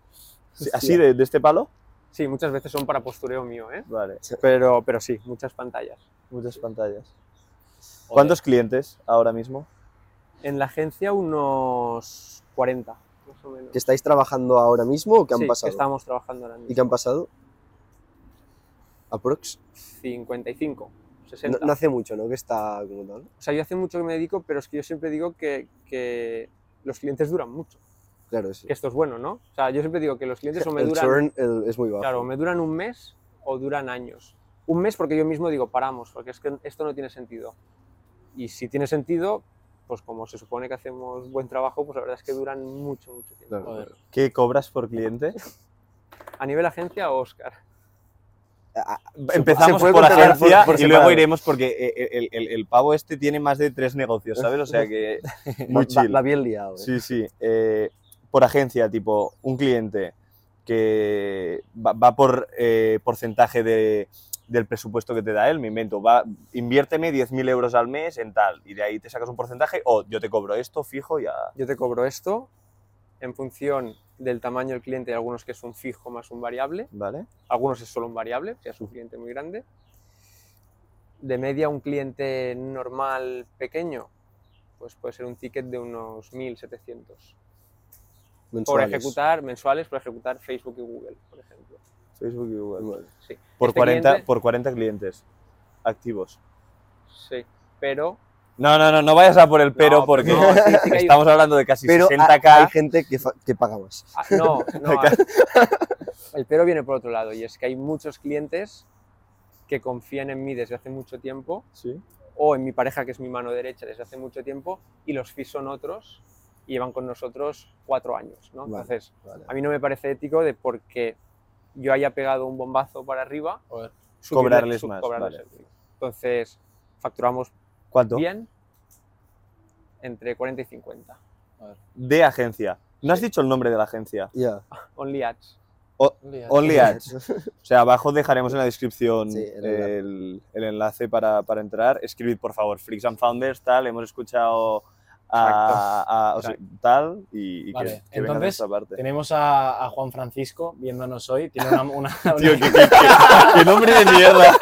[SPEAKER 4] Sí, ¿Así, de, de este palo?
[SPEAKER 3] Sí, muchas veces son para postureo mío, ¿eh?
[SPEAKER 4] Vale.
[SPEAKER 3] Pero, pero sí, muchas pantallas.
[SPEAKER 4] Muchas pantallas. ¿Cuántos clientes ahora mismo?
[SPEAKER 3] En la agencia unos 40, más o menos.
[SPEAKER 5] ¿Que estáis trabajando ahora mismo o que han
[SPEAKER 3] Sí,
[SPEAKER 5] pasado?
[SPEAKER 3] estamos trabajando ahora mismo.
[SPEAKER 5] ¿Y qué han pasado? ¿Aprox?
[SPEAKER 3] 55,
[SPEAKER 5] No,
[SPEAKER 3] 60.
[SPEAKER 5] no hace mucho, ¿no? Que está como tal.
[SPEAKER 3] O sea, yo hace mucho que me dedico, pero es que yo siempre digo que, que los clientes duran mucho.
[SPEAKER 5] Claro, sí.
[SPEAKER 3] Que esto es bueno, ¿no? O sea, yo siempre digo que los clientes o me
[SPEAKER 5] (laughs) el
[SPEAKER 3] duran,
[SPEAKER 5] churn el- es muy bajo.
[SPEAKER 3] claro, o me duran un mes o duran años. Un mes porque yo mismo digo, paramos, porque es que esto no tiene sentido. Y si tiene sentido, pues como se supone que hacemos buen trabajo, pues la verdad es que duran mucho, mucho tiempo.
[SPEAKER 5] Claro.
[SPEAKER 6] Joder.
[SPEAKER 4] ¿Qué cobras por cliente?
[SPEAKER 3] A nivel agencia, Oscar.
[SPEAKER 5] Ah, ah,
[SPEAKER 4] Empezamos
[SPEAKER 5] se puede
[SPEAKER 4] por
[SPEAKER 5] contratar
[SPEAKER 4] agencia
[SPEAKER 5] por
[SPEAKER 4] y luego
[SPEAKER 5] separado.
[SPEAKER 4] iremos porque eh, el, el- el pavo este tiene más de tres negocios, ¿sabes? O sea que (laughs) muy
[SPEAKER 5] va, va-
[SPEAKER 4] chill.
[SPEAKER 5] va bien liado. ¿eh?
[SPEAKER 4] Sí, sí. eh, por agencia, tipo, un cliente que va, va por eh, porcentaje de- del presupuesto que te da él, me invento, va, inviérteme 10.000 euros al mes en tal, y de ahí te sacas un porcentaje, o yo te cobro esto fijo y a-
[SPEAKER 3] yo te cobro esto en función del tamaño del cliente, hay algunos que es un fijo más un variable,
[SPEAKER 4] ¿Vale?
[SPEAKER 3] algunos es solo un variable, si es un cliente muy grande. De media un cliente normal pequeño, pues puede ser un ticket de unos 1.700 por
[SPEAKER 5] Mensuales.
[SPEAKER 3] ejecutar mensuales, por ejecutar Facebook y Google, por ejemplo.
[SPEAKER 4] Facebook y Google.
[SPEAKER 5] Vale.
[SPEAKER 3] Sí.
[SPEAKER 4] Por,
[SPEAKER 3] Este
[SPEAKER 4] 40,
[SPEAKER 3] cliente-
[SPEAKER 4] por 40 clientes activos.
[SPEAKER 3] Sí, pero
[SPEAKER 4] No, no, no, no vayas a por el pero
[SPEAKER 3] No, pues
[SPEAKER 4] porque
[SPEAKER 3] no, sí, sí que hay-
[SPEAKER 4] (laughs) estamos hablando de casi
[SPEAKER 5] Pero ha-
[SPEAKER 4] 60k.
[SPEAKER 5] hay gente que, fa- que paga más.
[SPEAKER 3] Ah, no, no. ah, El pero viene por otro lado y es que hay muchos clientes que confían en mí desde hace mucho tiempo
[SPEAKER 4] Sí.
[SPEAKER 3] o en mi pareja que es mi mano derecha desde hace mucho tiempo y los fees son otros y llevan con nosotros cuatro años, ¿no?
[SPEAKER 5] Vale.
[SPEAKER 3] Entonces,
[SPEAKER 5] Vale.
[SPEAKER 3] a mí no me parece ético de porque yo haya pegado un bombazo para arriba,
[SPEAKER 6] Joder.
[SPEAKER 3] subirle-
[SPEAKER 4] Cobrarles
[SPEAKER 3] sub-
[SPEAKER 4] más,
[SPEAKER 3] cobrarles
[SPEAKER 4] vale.
[SPEAKER 3] el fee. Entonces, facturamos
[SPEAKER 4] ¿Cuánto?
[SPEAKER 3] bien entre 40 y 50.
[SPEAKER 2] Ah,
[SPEAKER 4] De agencia. No has dicho el nombre de la agencia.
[SPEAKER 5] Ya.
[SPEAKER 3] Only ads.
[SPEAKER 4] Only Ads. O sea, abajo dejaremos en la descripción
[SPEAKER 5] Sí, el
[SPEAKER 4] el,
[SPEAKER 5] enlace.
[SPEAKER 4] el enlace para, para entrar. Escribid, por favor, Freaks and Founders, tal, hemos escuchado a, a- o sea, tal y, y que-
[SPEAKER 2] Vale,
[SPEAKER 4] que, venga de
[SPEAKER 2] entonces,
[SPEAKER 4] esta parte.
[SPEAKER 2] Tenemos a, a Juan Francisco viéndonos hoy. Tiene una, una- una-
[SPEAKER 4] Tío, qué,
[SPEAKER 2] (laughs)
[SPEAKER 4] qué- qué- qué nombre de mierda.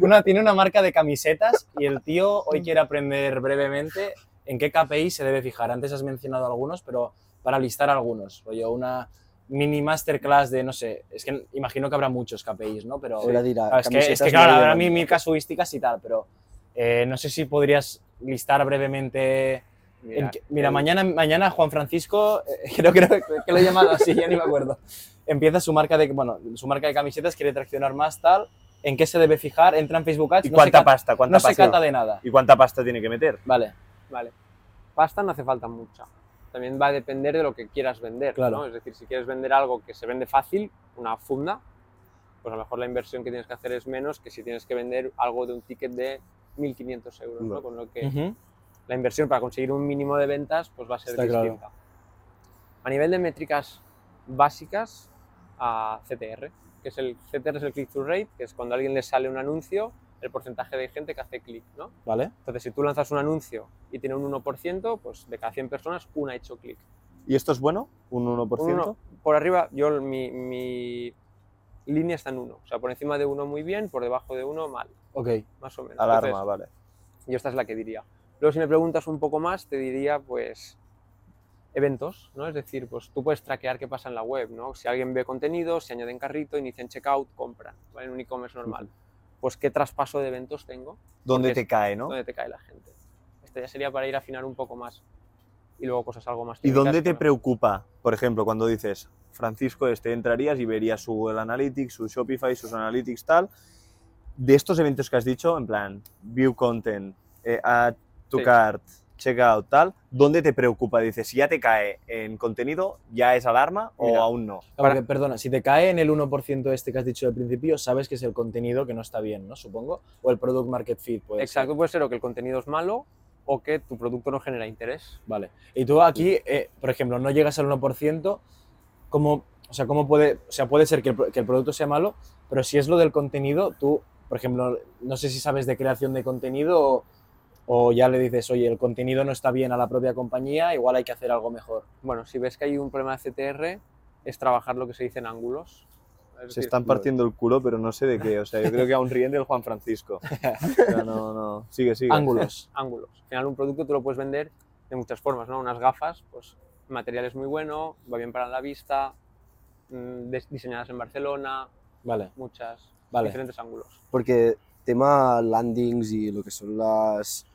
[SPEAKER 2] una- tiene una marca de camisetas y el tío hoy quiere aprender brevemente en qué KPI se debe fijar. Antes has mencionado algunos, pero para listar algunos. Oye, una mini masterclass de, no sé, es que imagino que habrá muchos KPIs, ¿no? Pero
[SPEAKER 5] Ahora dirá,
[SPEAKER 2] Ah, es, que, es que,
[SPEAKER 5] camisetas
[SPEAKER 2] claro,
[SPEAKER 5] no
[SPEAKER 2] habrá
[SPEAKER 5] llevan.
[SPEAKER 2] mil, mil casuísticas y tal, pero eh, no sé si podrías listar brevemente. en
[SPEAKER 3] Mira,
[SPEAKER 2] qué- mira,
[SPEAKER 3] el-
[SPEAKER 2] mañana, mañana Juan Francisco, eh, (laughs) creo, creo que lo he llamado así, ya ni me acuerdo. Empieza su marca de, bueno, su marca de camisetas, quiere traccionar más, tal. ¿En qué se debe fijar? Entra en Facebook Ads.
[SPEAKER 4] ¿Y
[SPEAKER 2] no
[SPEAKER 4] cuánta
[SPEAKER 2] se cata,
[SPEAKER 4] pasta? ¿Cuánta
[SPEAKER 2] no se
[SPEAKER 4] pasta?
[SPEAKER 2] cata de nada.
[SPEAKER 4] ¿Y cuánta pasta tiene que meter?
[SPEAKER 2] Vale.
[SPEAKER 3] Vale. Pasta no hace falta mucha. También va a depender de lo que quieras vender.
[SPEAKER 2] Claro.
[SPEAKER 3] ¿no? Es decir, si quieres vender algo que se vende fácil, una funda, pues a lo mejor la inversión que tienes que hacer es menos que si tienes que vender algo de un ticket de 1.500 euros. ¿no?
[SPEAKER 5] Vale.
[SPEAKER 3] Con lo que
[SPEAKER 2] Ujú.
[SPEAKER 3] la inversión para conseguir un mínimo de ventas pues va a ser
[SPEAKER 2] Está claro.
[SPEAKER 3] distinta. A nivel de métricas básicas, a CTR, que es el CTR es el click-through rate, que es cuando a alguien le sale un anuncio, el porcentaje de gente que hace clic, ¿no?
[SPEAKER 2] Vale.
[SPEAKER 3] Entonces, si tú lanzas un anuncio y tiene un 1%, pues de cada 100 personas, una ha hecho clic.
[SPEAKER 4] ¿Y esto es bueno? ¿Un 1%?
[SPEAKER 3] Un uno- Por arriba, yo mi, mi línea está en 1. O sea, por encima de 1 muy bien, por debajo de 1 mal,
[SPEAKER 2] Ok.
[SPEAKER 3] más o menos.
[SPEAKER 4] Alarma,
[SPEAKER 3] Entonces,
[SPEAKER 4] vale.
[SPEAKER 3] yo esta es la que diría. Luego, si me preguntas un poco más, te diría, pues, eventos, ¿no? Es decir, pues tú puedes traquear qué pasa en la web, ¿no? Si alguien ve contenido, se añade en carrito, inician checkout, compran, ¿vale? En un e-commerce normal. Pues, ¿qué traspaso de eventos tengo?
[SPEAKER 4] ¿Dónde
[SPEAKER 3] porque
[SPEAKER 4] te cae, no?
[SPEAKER 3] dónde te cae la gente. Esto ya sería para ir a afinar un poco más. Y luego cosas algo más.
[SPEAKER 4] ¿Y
[SPEAKER 3] técnicas,
[SPEAKER 4] dónde te
[SPEAKER 3] pero-
[SPEAKER 4] preocupa, por ejemplo, cuando dices, Francisco, este entrarías y verías su Google Analytics, su Shopify, sus Analytics, tal? De estos eventos que has dicho, en plan, View Content, eh, Add to
[SPEAKER 3] Sí.
[SPEAKER 4] Cart, Checkout, tal, ¿dónde te preocupa? Dices, si ya te cae en contenido, ¿ya es alarma o
[SPEAKER 3] Mira.
[SPEAKER 4] aún no?
[SPEAKER 2] Aunque, perdona, si te cae en el 1% este que has dicho al principio, sabes que es el contenido que no está bien, ¿no? Supongo. O el product market fit, puede ser.
[SPEAKER 3] Exacto, puede ser o que el contenido es malo o que tu producto no genera interés.
[SPEAKER 2] Vale. Y tú aquí, eh, por ejemplo, no llegas al 1%, ¿cómo, o sea, cómo puede, o sea, puede ser que el, pro- que el producto sea malo, pero si es lo del contenido, tú, por ejemplo, no sé si sabes de creación de contenido o, o ya le dices, oye, el contenido no está bien a la propia compañía, igual hay que hacer algo mejor.
[SPEAKER 3] Bueno, si ves que hay un problema de CTR, es trabajar lo que se dice en ángulos. Es
[SPEAKER 4] Se
[SPEAKER 3] decir,
[SPEAKER 4] están partiendo el culo, pero no sé de qué. O sea, yo creo que aún ríen del Juan Francisco. O sea, no, no. Sigue, sigue.
[SPEAKER 5] (laughs)
[SPEAKER 2] Ángulos.
[SPEAKER 3] Ángulos. Al final, un producto tú lo puedes vender de muchas formas, ¿no? Unas gafas, pues el material es muy bueno, va bien para la vista, mm, des- diseñadas en Barcelona,
[SPEAKER 2] Vale,
[SPEAKER 3] muchas,
[SPEAKER 2] vale.
[SPEAKER 3] diferentes ángulos.
[SPEAKER 5] Porque tema landings y lo que son las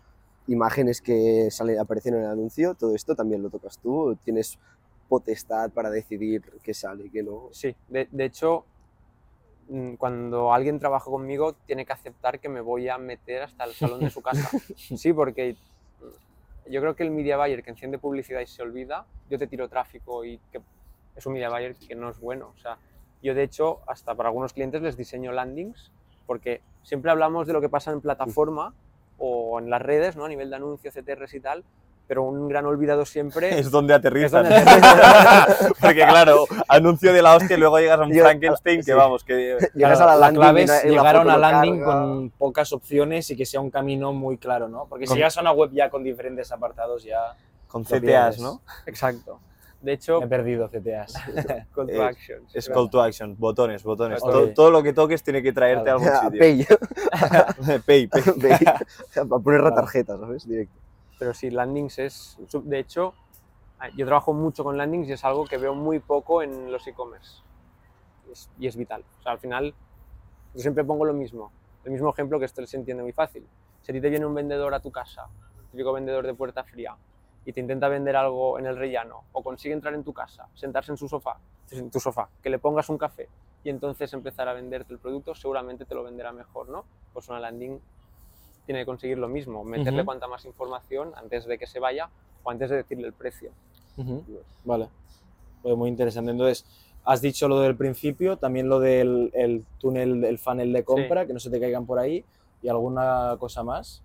[SPEAKER 5] imágenes que sale, aparecen en el anuncio, todo esto también lo tocas tú. Tienes potestad para decidir qué sale y qué no.
[SPEAKER 3] Sí, de, de hecho, mm, cuando alguien trabaja conmigo, tiene que aceptar que me voy a meter hasta el salón de su
[SPEAKER 4] (laughs)
[SPEAKER 3] casa. Sí, porque mm, yo creo que el media buyer que enciende publicidad y se olvida, yo te tiro tráfico y que es un media buyer que no es bueno. O sea, yo de hecho, hasta para algunos clientes les diseño landings, porque siempre hablamos de lo que pasa en
[SPEAKER 4] Mm.
[SPEAKER 3] plataforma o en las redes, ¿no? A nivel de anuncios, CTRs y tal, pero un gran olvidado siempre
[SPEAKER 4] (laughs) Es donde
[SPEAKER 3] es
[SPEAKER 4] aterrizan.
[SPEAKER 3] donde aterriza.
[SPEAKER 4] Porque claro, anuncio de la hostia y luego llegas a un
[SPEAKER 5] Yo-
[SPEAKER 4] Frankenstein que
[SPEAKER 5] sí.
[SPEAKER 4] vamos, que
[SPEAKER 3] (laughs)
[SPEAKER 5] Llegas
[SPEAKER 2] Claro,
[SPEAKER 5] a la landing.
[SPEAKER 2] clave
[SPEAKER 5] y no-
[SPEAKER 2] es
[SPEAKER 5] y la
[SPEAKER 2] llegar a
[SPEAKER 5] foto
[SPEAKER 2] una
[SPEAKER 5] no
[SPEAKER 2] landing (laughs)
[SPEAKER 5] carga.
[SPEAKER 2] con pocas opciones y que sea un camino muy claro, ¿no? Porque si
[SPEAKER 4] Con-
[SPEAKER 2] llegas a una web ya con diferentes apartados, ya
[SPEAKER 4] con
[SPEAKER 2] Lo
[SPEAKER 4] CTAs,
[SPEAKER 2] pierdes.
[SPEAKER 4] ¿no?
[SPEAKER 3] Exacto. De hecho,
[SPEAKER 4] (laughs)
[SPEAKER 2] he perdido CTAs.
[SPEAKER 3] call to
[SPEAKER 4] Eh,
[SPEAKER 3] action, sí,
[SPEAKER 4] Es
[SPEAKER 3] ¿verdad?
[SPEAKER 4] call to action, botones, botones.
[SPEAKER 2] Ok.
[SPEAKER 4] Todo, todo lo que toques tiene que traerte a
[SPEAKER 2] Vale.
[SPEAKER 4] algún
[SPEAKER 5] (laughs)
[SPEAKER 3] (laughs)
[SPEAKER 5] A
[SPEAKER 4] sitio.
[SPEAKER 5] Pay,
[SPEAKER 4] (laughs) Pay, pay.
[SPEAKER 2] (laughs)
[SPEAKER 5] (laughs) a poner la
[SPEAKER 2] Claro.
[SPEAKER 5] tarjeta, ¿sabes? Directo.
[SPEAKER 3] pero sí, landings es... su- De hecho, eh, yo trabajo mucho con landings y es algo que veo muy poco en los e-commerce. Y es, y es vital. O sea, al final, yo siempre pongo lo mismo. El mismo ejemplo que esto se entiende muy fácil. Si a ti te viene un vendedor a tu casa, típico vendedor de puerta fría, y te intenta vender algo en el rellano, o consigue entrar en tu casa, sentarse en su sofá, en tu sofá, que le pongas un café y entonces empezar a venderte el producto, seguramente te lo venderá mejor, ¿no? Pues una landing tiene que conseguir lo mismo, meterle
[SPEAKER 2] Ujú.
[SPEAKER 3] cuanta más información antes de que se vaya o antes de decirle el precio.
[SPEAKER 2] Ujú, Vale. Pues muy interesante. Entonces, has dicho lo del principio, también lo del el túnel, el funnel de compra, que no se te caigan por ahí, y alguna cosa más.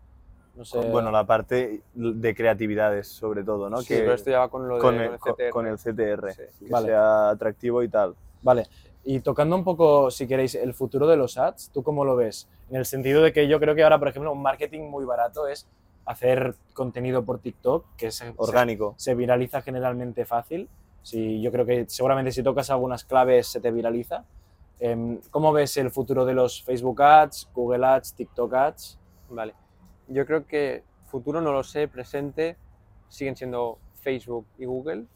[SPEAKER 2] No sé.
[SPEAKER 4] Bueno, la parte de creatividades, sobre todo, ¿no?
[SPEAKER 3] Sí,
[SPEAKER 4] que
[SPEAKER 3] pero esto ya va con lo de
[SPEAKER 4] con,
[SPEAKER 3] lo
[SPEAKER 4] el,
[SPEAKER 3] de
[SPEAKER 4] con-
[SPEAKER 3] CTR.
[SPEAKER 4] con el CTR.
[SPEAKER 3] Sí.
[SPEAKER 4] Que
[SPEAKER 2] Vale.
[SPEAKER 4] sea atractivo y tal.
[SPEAKER 2] Vale. Y tocando un poco, si queréis, el futuro de los ads, ¿tú cómo lo ves? En el sentido de que yo creo que ahora, por ejemplo, un marketing muy barato es hacer contenido por TikTok, que se, se,
[SPEAKER 4] Orgánico.
[SPEAKER 2] se viraliza generalmente fácil. Si yo creo que seguramente si tocas algunas claves se te viraliza. Em, ¿Cómo ves el futuro de los Facebook Ads, Google Ads, TikTok Ads?
[SPEAKER 3] Vale. Yo creo que futuro no lo sé, presente siguen siendo Facebook y Google.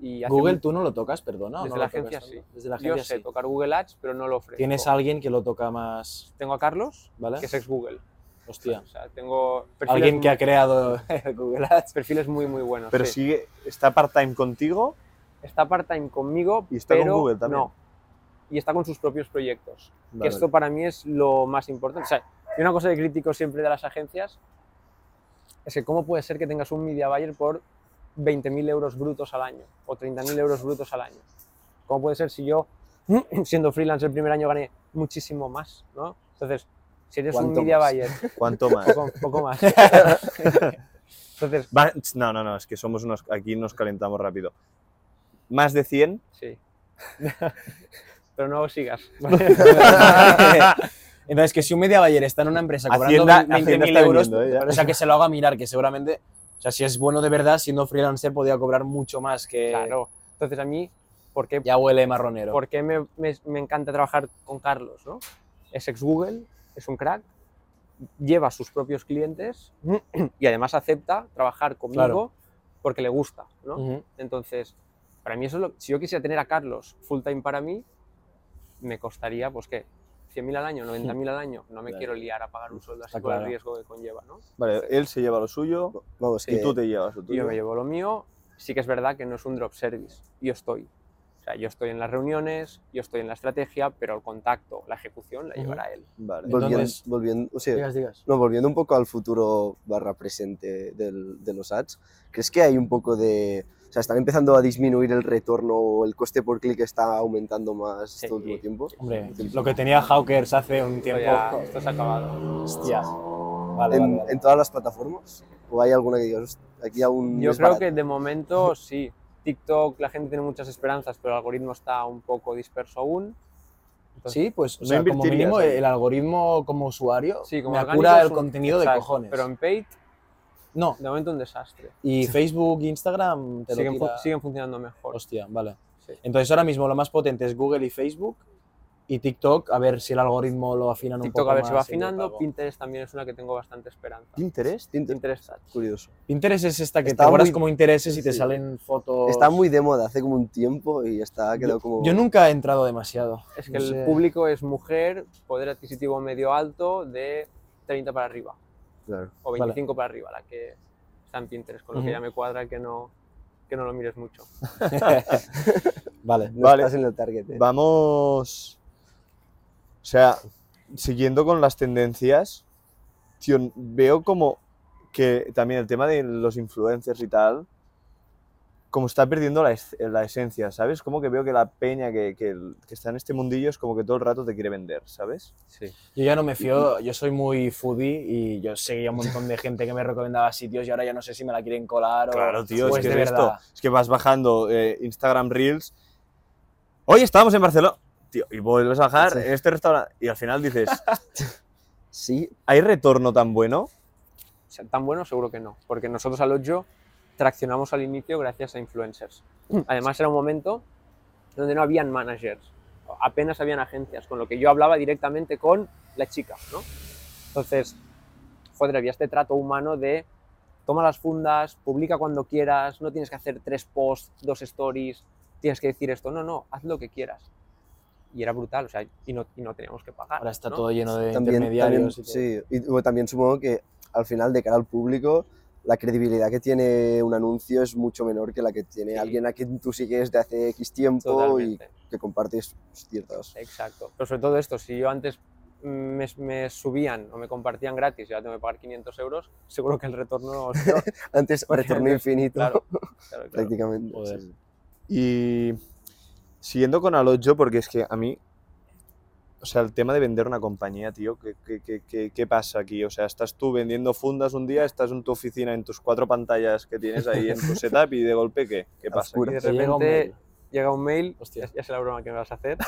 [SPEAKER 3] Y hace
[SPEAKER 2] Google
[SPEAKER 3] mu-
[SPEAKER 2] tú no lo tocas, perdona. ¿o
[SPEAKER 3] Desde
[SPEAKER 2] no
[SPEAKER 3] la
[SPEAKER 2] lo tocas
[SPEAKER 3] agencia
[SPEAKER 2] tanto?
[SPEAKER 3] sí.
[SPEAKER 2] Desde la
[SPEAKER 3] Yo
[SPEAKER 2] agencia
[SPEAKER 3] sé
[SPEAKER 2] sí.
[SPEAKER 3] tocar Google Ads, pero no lo ofrezco.
[SPEAKER 2] Tienes a alguien que lo toca más,
[SPEAKER 3] Tengo a Carlos,
[SPEAKER 2] ¿vale?
[SPEAKER 3] que es ex Google.
[SPEAKER 2] Hostia.
[SPEAKER 3] O sea, tengo perfiles,
[SPEAKER 2] Alguien que
[SPEAKER 3] mu-
[SPEAKER 2] ha creado (laughs) Google Ads.
[SPEAKER 3] perfiles muy, muy buenos.
[SPEAKER 4] Pero
[SPEAKER 3] sí.
[SPEAKER 4] sigue, está part-time contigo.
[SPEAKER 3] Está part-time conmigo,
[SPEAKER 4] Y está con
[SPEAKER 3] pero
[SPEAKER 4] Google también.
[SPEAKER 3] no. Y está con sus propios proyectos.
[SPEAKER 4] Vale.
[SPEAKER 3] Esto para mí es lo más importante. O sea, y una cosa que critico siempre de las agencias es que cómo puede ser que tengas un media buyer por 20.000 euros brutos al año o 30.000 euros brutos al año. ¿Cómo puede ser si yo, (clears throat) siendo freelance el primer año, gané muchísimo más? ¿no? Entonces, si eres un
[SPEAKER 5] ¿Cuánto
[SPEAKER 3] media
[SPEAKER 5] más?
[SPEAKER 3] buyer,
[SPEAKER 4] (laughs) ¿Cuánto más?
[SPEAKER 3] poco, poco
[SPEAKER 5] (laughs)
[SPEAKER 3] más. Entonces,
[SPEAKER 4] Va- No, no, no, es que somos unos, aquí nos calentamos rápido. Más de 100.
[SPEAKER 3] sí. (laughs) Pero no sigas.
[SPEAKER 5] (laughs)
[SPEAKER 2] Entonces, que si un media buyer está en una empresa cobrando
[SPEAKER 4] Hacienda,
[SPEAKER 2] 20.000
[SPEAKER 4] Hacienda está
[SPEAKER 2] euros,
[SPEAKER 4] vendiendo, ¿eh? Ya.
[SPEAKER 2] o sea, que se lo haga mirar, que seguramente, o sea, si es bueno de verdad, siendo freelancer podía cobrar mucho más que
[SPEAKER 3] Claro. Entonces, a mí, ¿por qué
[SPEAKER 2] ya huele marronero.
[SPEAKER 3] ¿Por qué me, me- me encanta trabajar con Carlos? ¿no? Es ex Google, es un crack, lleva sus propios clientes (clears throat) y además acepta trabajar conmigo
[SPEAKER 2] Claro. Mm.
[SPEAKER 3] porque le gusta. ¿no?
[SPEAKER 2] Ujú.
[SPEAKER 3] Entonces, para mí eso es lo Si yo quisiera tener a Carlos full time para mí, me costaría, pues qué, 100.000 al año,
[SPEAKER 2] (laughs)
[SPEAKER 3] 90.000 al año. No me
[SPEAKER 4] Claro.
[SPEAKER 3] quiero liar a pagar un sueldo así
[SPEAKER 2] Está
[SPEAKER 3] por el
[SPEAKER 2] claro.
[SPEAKER 3] riesgo que conlleva. ¿no?
[SPEAKER 4] Vale, él se lleva lo suyo
[SPEAKER 5] Vamos, que
[SPEAKER 4] y tú te llevas lo tuyo.
[SPEAKER 3] Yo me llevo lo mío. Sí que es verdad que no es un drop service. Yo estoy. O sea, yo estoy en las reuniones, yo estoy en la estrategia, pero el contacto, la ejecución la
[SPEAKER 2] Ujú.
[SPEAKER 3] llevará él.
[SPEAKER 4] Vale.
[SPEAKER 5] volviendo,
[SPEAKER 2] Entonces-
[SPEAKER 5] volviendo, o sea,
[SPEAKER 2] Digas, digas.
[SPEAKER 5] No, volviendo un poco al futuro barra presente del- de los ads, ¿crees que hay un poco de... O sea, están empezando a disminuir el retorno o el coste por clic está aumentando más
[SPEAKER 3] Sí.
[SPEAKER 5] este último tiempo?
[SPEAKER 2] Hombre, lo que tenía Hawkers hace un
[SPEAKER 3] Esto
[SPEAKER 2] tiempo.
[SPEAKER 3] ya- esto se ha acabado.
[SPEAKER 2] Hostia. Vale,
[SPEAKER 5] ¿En,
[SPEAKER 2] vale, vale.
[SPEAKER 5] en todas las plataformas? ¿O hay alguna que digas, "Host, aquí aún
[SPEAKER 2] Mm,
[SPEAKER 3] Yo
[SPEAKER 5] es
[SPEAKER 3] creo
[SPEAKER 5] barato"?
[SPEAKER 3] que de momento sí. TikTok, la gente tiene muchas esperanzas, pero el algoritmo está un poco disperso aún.
[SPEAKER 2] Sí, pues, o
[SPEAKER 4] No
[SPEAKER 2] sea, como
[SPEAKER 4] invertirías
[SPEAKER 2] mínimo
[SPEAKER 4] ahí.
[SPEAKER 2] el algoritmo como usuario
[SPEAKER 3] Sí, como
[SPEAKER 2] me
[SPEAKER 3] orgánico
[SPEAKER 2] apura
[SPEAKER 3] es
[SPEAKER 2] el
[SPEAKER 3] un-
[SPEAKER 2] contenido de
[SPEAKER 3] exacto,
[SPEAKER 2] cojones.
[SPEAKER 3] Pero en paid,
[SPEAKER 2] No,
[SPEAKER 3] de momento un desastre.
[SPEAKER 2] y Facebook, Instagram te lo
[SPEAKER 3] Siguen, fu-
[SPEAKER 2] tira-
[SPEAKER 3] siguen funcionando mejor.
[SPEAKER 2] Hostia, vale.
[SPEAKER 3] Sí.
[SPEAKER 2] Entonces ahora mismo lo más potente es Google y Facebook y TikTok, a ver si el algoritmo lo afinan un
[SPEAKER 3] TikTok
[SPEAKER 2] poco
[SPEAKER 3] a ver si va
[SPEAKER 2] más y lo
[SPEAKER 3] afinando.
[SPEAKER 2] pago.
[SPEAKER 3] Pinterest también es una que tengo bastante esperanza.
[SPEAKER 4] ¿Pinterest?
[SPEAKER 5] Inter-
[SPEAKER 3] Pinterest Ads.
[SPEAKER 5] Curioso.
[SPEAKER 2] Pinterest es esta que
[SPEAKER 5] Está
[SPEAKER 2] te guardas
[SPEAKER 5] muy-
[SPEAKER 2] como intereses y te
[SPEAKER 5] sí.
[SPEAKER 2] salen fotos.
[SPEAKER 5] Está muy de moda hace como un tiempo y ya está, ha quedado como...
[SPEAKER 2] Yo nunca he entrado demasiado.
[SPEAKER 3] Es que
[SPEAKER 2] No
[SPEAKER 3] el
[SPEAKER 2] sé.
[SPEAKER 3] público es mujer, poder adquisitivo medio alto de 30 para arriba
[SPEAKER 5] Claro.
[SPEAKER 3] o
[SPEAKER 2] Vale.
[SPEAKER 3] 25 para arriba, la que está en Pinterest, con lo que
[SPEAKER 2] Ujú.
[SPEAKER 3] ya me cuadra que no, que no lo mires mucho.
[SPEAKER 2] Vale.
[SPEAKER 6] (laughs)
[SPEAKER 5] No
[SPEAKER 4] Vale.
[SPEAKER 5] estás en el target. eh.
[SPEAKER 4] Vamos. O sea, siguiendo con las tendencias, tío, veo como que también el tema de los influencers y tal, como está perdiendo la, es- la esencia, ¿sabes? Como que veo que la peña que, que, que está en este mundillo es como que todo el rato te quiere vender, ¿sabes?
[SPEAKER 3] Sí.
[SPEAKER 2] Yo ya no me fío, yo soy muy foodie y yo seguía un montón de gente que me recomendaba sitios y ahora ya no sé si me la quieren colar o.
[SPEAKER 4] tío,
[SPEAKER 2] o
[SPEAKER 4] es que
[SPEAKER 2] Pues de
[SPEAKER 4] es esto.
[SPEAKER 2] verdad.
[SPEAKER 4] Es que vas bajando eh, Instagram Reels. Hoy estábamos en Barcelona. Tío, y vuelves a bajar
[SPEAKER 5] Sí.
[SPEAKER 4] este restaurante. Y al final dices,
[SPEAKER 5] Sí,
[SPEAKER 4] ¿hay retorno tan bueno?
[SPEAKER 3] O sea, tan bueno seguro que no, porque nosotros al Ojo traccionamos al inicio gracias a influencers.
[SPEAKER 2] Mm.
[SPEAKER 3] Además era un momento donde no habían managers, apenas habían agencias, con lo que yo hablaba directamente con la chica, ¿no? Entonces, joder, había este trato humano de toma las fundas, publica cuando quieras, no tienes que hacer tres posts, dos stories, tienes que decir esto, no, no, haz lo que quieras. Y era brutal, o sea, y no, y no teníamos que pagar.
[SPEAKER 2] Ahora está
[SPEAKER 3] ¿no?
[SPEAKER 2] todo lleno de
[SPEAKER 5] también, también,
[SPEAKER 2] intermediarios. y todo.
[SPEAKER 5] sí. Y bueno, también supongo que al final de cara al público la credibilidad que tiene un anuncio es mucho menor que la que tiene
[SPEAKER 3] Sí.
[SPEAKER 5] alguien a quien tú sigues de hace X tiempo
[SPEAKER 3] Totalmente.
[SPEAKER 5] y que compartes ciertas...
[SPEAKER 3] Exacto. Pero sobre todo esto, si yo antes me, me subían o me compartían gratis y ahora tengo que pagar 500 euros, seguro que el retorno es
[SPEAKER 4] (laughs)
[SPEAKER 3] peor.
[SPEAKER 5] (laughs) Antes
[SPEAKER 3] Porque
[SPEAKER 5] retorno
[SPEAKER 3] antes-
[SPEAKER 5] infinito
[SPEAKER 3] claro, claro, claro.
[SPEAKER 5] prácticamente.
[SPEAKER 2] Joder.
[SPEAKER 5] sí.
[SPEAKER 4] Y siguiendo con Alojo, porque es que a mí, o sea, el tema de vender una compañía, tío, ¿qué, qué- qué- qué- qué pasa aquí? O sea, estás tú vendiendo fundas un día, estás en tu oficina, en tus cuatro pantallas que tienes ahí en tu setup y de golpe, ¿qué? ¿Qué pasa?
[SPEAKER 5] Oscuro.
[SPEAKER 4] aquí?
[SPEAKER 3] Y de
[SPEAKER 2] Te llega un
[SPEAKER 3] repente
[SPEAKER 2] mail.
[SPEAKER 3] llega un mail,
[SPEAKER 6] Hostia.
[SPEAKER 3] ya, ya sé la broma que me vas a
[SPEAKER 4] (laughs)
[SPEAKER 3] hacer.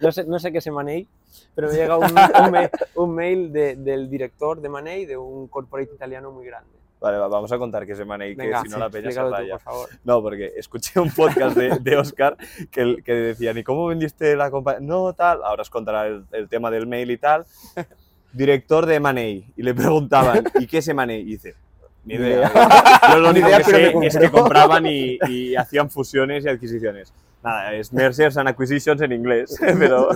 [SPEAKER 3] no, sé, no sé qué se Manei, pero me llega un,
[SPEAKER 4] (laughs)
[SPEAKER 3] un ma- un mail de- del director de Manei, de un corporate italiano muy grande.
[SPEAKER 4] Vale, va, vamos a contar que semana y que si no la peña se
[SPEAKER 3] explícalo tú,
[SPEAKER 4] raya.
[SPEAKER 3] por favor.
[SPEAKER 4] No, porque escuché un podcast de, de Oscar que, el- que decían, ¿y cómo vendiste la compañía? No, tal. Ahora os contará el, el tema del mail y tal. Director de Manei. Y le preguntaban, ¿y qué es Manei? Y dice, ni idea. Yo lo
[SPEAKER 5] Ni
[SPEAKER 4] único
[SPEAKER 5] idea,
[SPEAKER 4] que
[SPEAKER 5] pero
[SPEAKER 4] sé
[SPEAKER 5] me compro.
[SPEAKER 4] es que compraban y, y hacían fusiones y adquisiciones. Nada, es Mergers and Acquisitions en
[SPEAKER 5] (laughs)
[SPEAKER 4] inglés, pero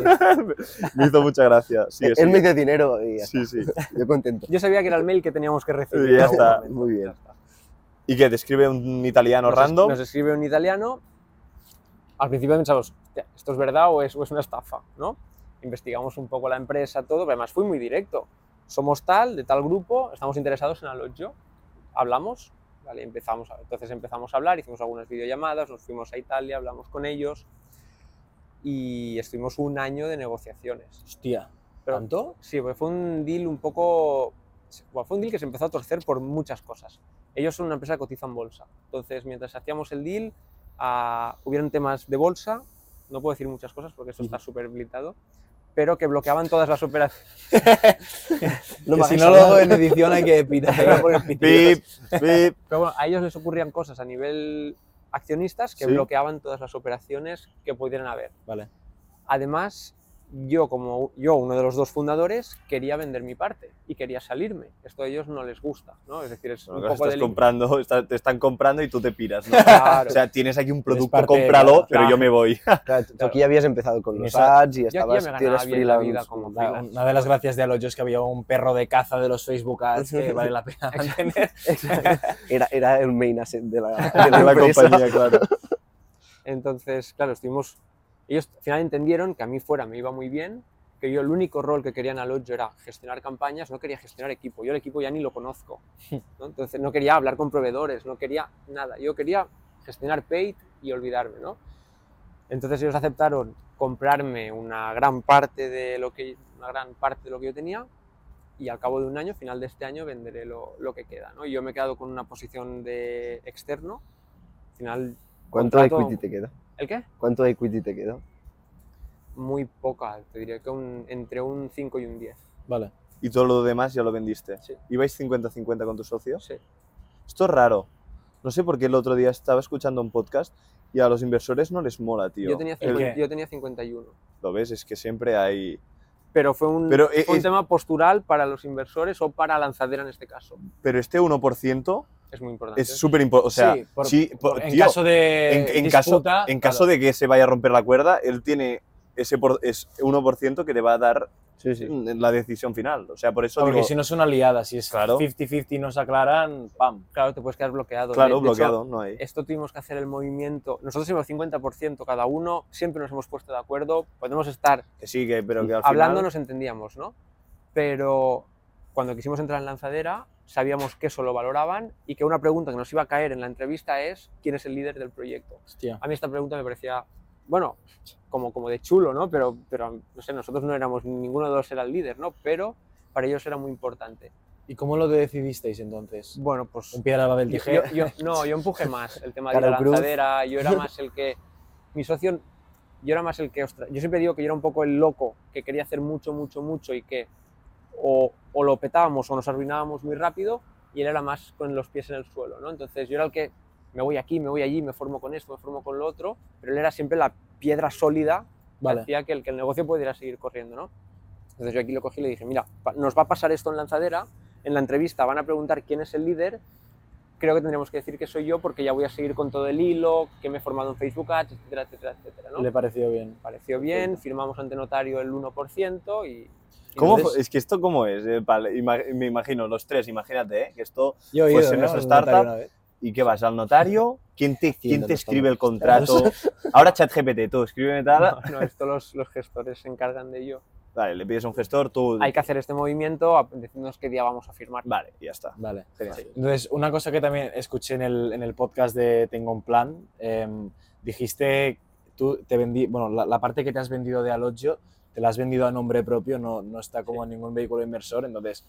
[SPEAKER 4] (laughs) me hizo mucha gracia. Sí,
[SPEAKER 5] Él me
[SPEAKER 4] sí,
[SPEAKER 5] dice dinero y ya está.
[SPEAKER 4] sí, sí.
[SPEAKER 3] (laughs)
[SPEAKER 5] yo contento.
[SPEAKER 3] Yo sabía que era el mail que teníamos que recibir.
[SPEAKER 4] Y ya
[SPEAKER 3] en algún
[SPEAKER 4] está.
[SPEAKER 3] momento.
[SPEAKER 5] Muy bien.
[SPEAKER 4] ¿Y que ¿Te escribe un italiano
[SPEAKER 3] Nos es-
[SPEAKER 4] random?
[SPEAKER 3] Nos escribe un italiano. Al principio pensamos, "Hostia, ¿esto es verdad o es, o es una estafa? ¿no? Investigamos un poco la empresa, todo, pero además fui muy directo. Somos tal, de tal grupo, estamos interesados en Alogio. Hablamos, ¿vale? empezamos a- entonces empezamos a hablar, hicimos algunas videollamadas, nos fuimos a Italia, hablamos con ellos y estuvimos un año de negociaciones.
[SPEAKER 6] Hostia.
[SPEAKER 3] Pero-
[SPEAKER 6] ¿Tanto?
[SPEAKER 3] Sí, porque fue un deal un poco... bueno, fue un deal que se empezó a torcer por muchas cosas. Ellos son una empresa que cotiza en bolsa. Entonces, mientras hacíamos el deal, ah, hubieron temas de bolsa, no puedo decir muchas cosas porque eso está súper blindado, pero que bloqueaban todas las operaciones.
[SPEAKER 6] Que si
[SPEAKER 5] hagáis
[SPEAKER 6] no lo hago
[SPEAKER 2] (laughs)
[SPEAKER 5] hablar.
[SPEAKER 6] en edición hay que pitar.
[SPEAKER 4] Pip, pip.
[SPEAKER 3] Pero bueno, a ellos les ocurrían cosas a nivel accionistas que
[SPEAKER 4] Sí.
[SPEAKER 3] bloqueaban todas las operaciones que pudieran haber.
[SPEAKER 6] Vale.
[SPEAKER 3] Además, yo como u- yo, uno de los dos fundadores, quería vender mi parte y quería salirme. Esto a ellos no les gusta, ¿no? Es decir, es
[SPEAKER 4] Bueno,
[SPEAKER 3] un
[SPEAKER 4] claro,
[SPEAKER 3] poco
[SPEAKER 4] estás
[SPEAKER 3] delicado.
[SPEAKER 4] comprando, está- te están comprando y tú te piras, ¿no?
[SPEAKER 3] Claro.
[SPEAKER 4] O sea, tienes aquí un producto,
[SPEAKER 6] parte-
[SPEAKER 4] cómpralo, pero
[SPEAKER 3] Claro.
[SPEAKER 4] yo me voy.
[SPEAKER 5] Claro, tú tú aquí habías empezado con los
[SPEAKER 6] Esa-
[SPEAKER 5] ads y
[SPEAKER 3] Yo aquí ya
[SPEAKER 5] estabas,
[SPEAKER 3] me ganaba
[SPEAKER 5] tienes
[SPEAKER 3] bien la
[SPEAKER 5] freelance.
[SPEAKER 3] vida como
[SPEAKER 6] La-
[SPEAKER 3] freelance.
[SPEAKER 6] una de las gracias de Alojo es que había un perro de caza de los Facebook ads (laughs) que vale la pena
[SPEAKER 2] (laughs)
[SPEAKER 6] mantener.
[SPEAKER 5] Era, era el main asset
[SPEAKER 3] (laughs)
[SPEAKER 5] de la,
[SPEAKER 4] (laughs) De
[SPEAKER 5] de la
[SPEAKER 4] la
[SPEAKER 5] empresa.
[SPEAKER 4] compañía, claro.
[SPEAKER 3] Entonces, claro, estuvimos... Ellos al final entendieron que a mí fuera me iba muy bien, que yo el único rol que querían al Lodge era gestionar campañas, no quería gestionar equipo. Yo el equipo ya ni lo conozco. ¿no? Entonces no quería hablar con proveedores, no quería nada. Yo quería gestionar Paid y olvidarme, ¿no? Entonces ellos aceptaron comprarme una gran parte de lo que, una gran parte de lo que yo tenía y al cabo de un año, final de este año, venderé lo, lo que queda, ¿no? Y yo me he quedado con una posición de externo. Al final,
[SPEAKER 5] ¿Cuánto
[SPEAKER 3] Contrato-
[SPEAKER 5] equity te queda?
[SPEAKER 3] ¿el qué?
[SPEAKER 5] ¿Cuánto equity te queda?
[SPEAKER 3] muy poca, te diría que un- entre un 5 y un 10.
[SPEAKER 6] Vale.
[SPEAKER 4] Y todo lo demás ya lo vendiste.
[SPEAKER 3] Sí.
[SPEAKER 4] ¿Ibais 50-50 con tus
[SPEAKER 3] No
[SPEAKER 4] socios?
[SPEAKER 3] sé.
[SPEAKER 4] Esto es raro. No sé por qué el otro día estaba escuchando un podcast y a los inversores no les mola, tío.
[SPEAKER 3] Yo, tenía
[SPEAKER 4] oh, El-
[SPEAKER 6] cincuenta.
[SPEAKER 3] 50 yo tenía 51.
[SPEAKER 4] Lo ves, es que siempre hay...
[SPEAKER 3] Pero fue un,
[SPEAKER 4] Pero
[SPEAKER 3] fue
[SPEAKER 4] e-
[SPEAKER 3] un
[SPEAKER 4] es-
[SPEAKER 3] tema postural para los inversores o para lanzadera en este caso.
[SPEAKER 4] Pero este 1%
[SPEAKER 3] Es muy importante.
[SPEAKER 4] es súper importante. O sea,
[SPEAKER 6] Sí, por-
[SPEAKER 4] sí, por-
[SPEAKER 6] en
[SPEAKER 4] tío,
[SPEAKER 6] caso de
[SPEAKER 3] eh,
[SPEAKER 4] en, en caso,
[SPEAKER 6] disputa,
[SPEAKER 4] en caso de que se vaya a romper la cuerda, él tiene ese por- es 1% que te va a dar
[SPEAKER 5] Sí,
[SPEAKER 4] mm, la decisión final. O sea, por eso
[SPEAKER 6] Porque
[SPEAKER 4] digo,
[SPEAKER 6] si no son aliadas, si es
[SPEAKER 4] Claro.
[SPEAKER 6] 50-50 nos aclaran, pam.
[SPEAKER 3] Claro, te puedes quedar bloqueado. De-
[SPEAKER 4] claro,
[SPEAKER 3] de hecho,
[SPEAKER 4] bloqueado, no hay.
[SPEAKER 3] esto tuvimos que hacer el movimiento. Nosotros hemos 50% cada uno, siempre nos hemos puesto de acuerdo, podemos estar
[SPEAKER 4] Que sí, que, pero que al
[SPEAKER 3] hablando,
[SPEAKER 4] final...
[SPEAKER 3] nos entendíamos, ¿no? Pero cuando quisimos entrar en lanzadera, sabíamos que eso lo valoraban y que una pregunta que nos iba a caer en la entrevista es: ¿quién es el líder del proyecto?
[SPEAKER 6] Hostia.
[SPEAKER 3] a mí esta pregunta me parecía, bueno, como, como de chulo, ¿no? Pero, pero, no sé, nosotros no éramos, ninguno de los era el líder, ¿no? Pero para ellos era muy importante.
[SPEAKER 6] ¿Y cómo lo decidisteis entonces?
[SPEAKER 3] Bueno, pues...
[SPEAKER 6] Un piedra, papel,
[SPEAKER 3] yo-
[SPEAKER 6] tijera.
[SPEAKER 3] yo- yo- no, yo empujé más el tema de la
[SPEAKER 5] Cara cruz.
[SPEAKER 3] lanzadera, yo era más el que... Mi socio, yo era más el que... ostras, yo siempre digo que yo era un poco el loco, que quería hacer mucho, mucho, mucho y que o, o lo petábamos o nos arruinábamos muy rápido y él era más con los pies en el suelo, ¿no? Entonces yo era el que me voy aquí, me voy allí, me formo con esto, me formo con lo otro, pero él era siempre la piedra sólida
[SPEAKER 6] Vale.
[SPEAKER 3] decía que el, que el negocio pudiera seguir corriendo, ¿no? Entonces yo aquí lo cogí y le dije, mira, pa- nos va a pasar esto en lanzadera, en la entrevista van a preguntar quién es el líder, creo que tendríamos que decir que soy yo porque ya voy a seguir con todo el hilo, que me he formado en Facebook Ads, etcétera, etcétera, etcétera, ¿no?
[SPEAKER 6] Le pareció bien.
[SPEAKER 3] pareció bien, firmamos ante notario el 1% y... y
[SPEAKER 4] ¿Cómo
[SPEAKER 3] entonces-
[SPEAKER 4] fue- es que esto cómo es, Eh, vale, ima- me imagino, los tres, imagínate, eh, que esto,
[SPEAKER 6] Yo he
[SPEAKER 4] Pues
[SPEAKER 6] ido,
[SPEAKER 4] en
[SPEAKER 6] ¿no?
[SPEAKER 4] nuestra
[SPEAKER 6] Al notario
[SPEAKER 4] startup,
[SPEAKER 6] una vez.
[SPEAKER 4] ¿y qué vas? ¿Al notario? ¿Quién te, ¿quién
[SPEAKER 5] no
[SPEAKER 4] te
[SPEAKER 5] estamos
[SPEAKER 4] escribe el contrato?
[SPEAKER 5] (laughs)
[SPEAKER 4] Ahora ChatGPT, tú, escríbeme tal.
[SPEAKER 3] No,
[SPEAKER 6] (laughs)
[SPEAKER 3] no, esto los, los gestores se encargan de ello.
[SPEAKER 4] Vale, le pides a un gestor, tú...
[SPEAKER 3] Hay que hacer este movimiento, a- decirnos qué día vamos a firmar.
[SPEAKER 4] Vale, ya está.
[SPEAKER 6] Vale.
[SPEAKER 4] Genial.
[SPEAKER 6] Entonces, una cosa que también escuché en el, en el podcast de Tengo un plan, em, dijiste, tú te vendí, bueno, la, la parte que te has vendido de Alogio, te la has vendido a nombre propio, no, no está como en ningún vehículo inversor, entonces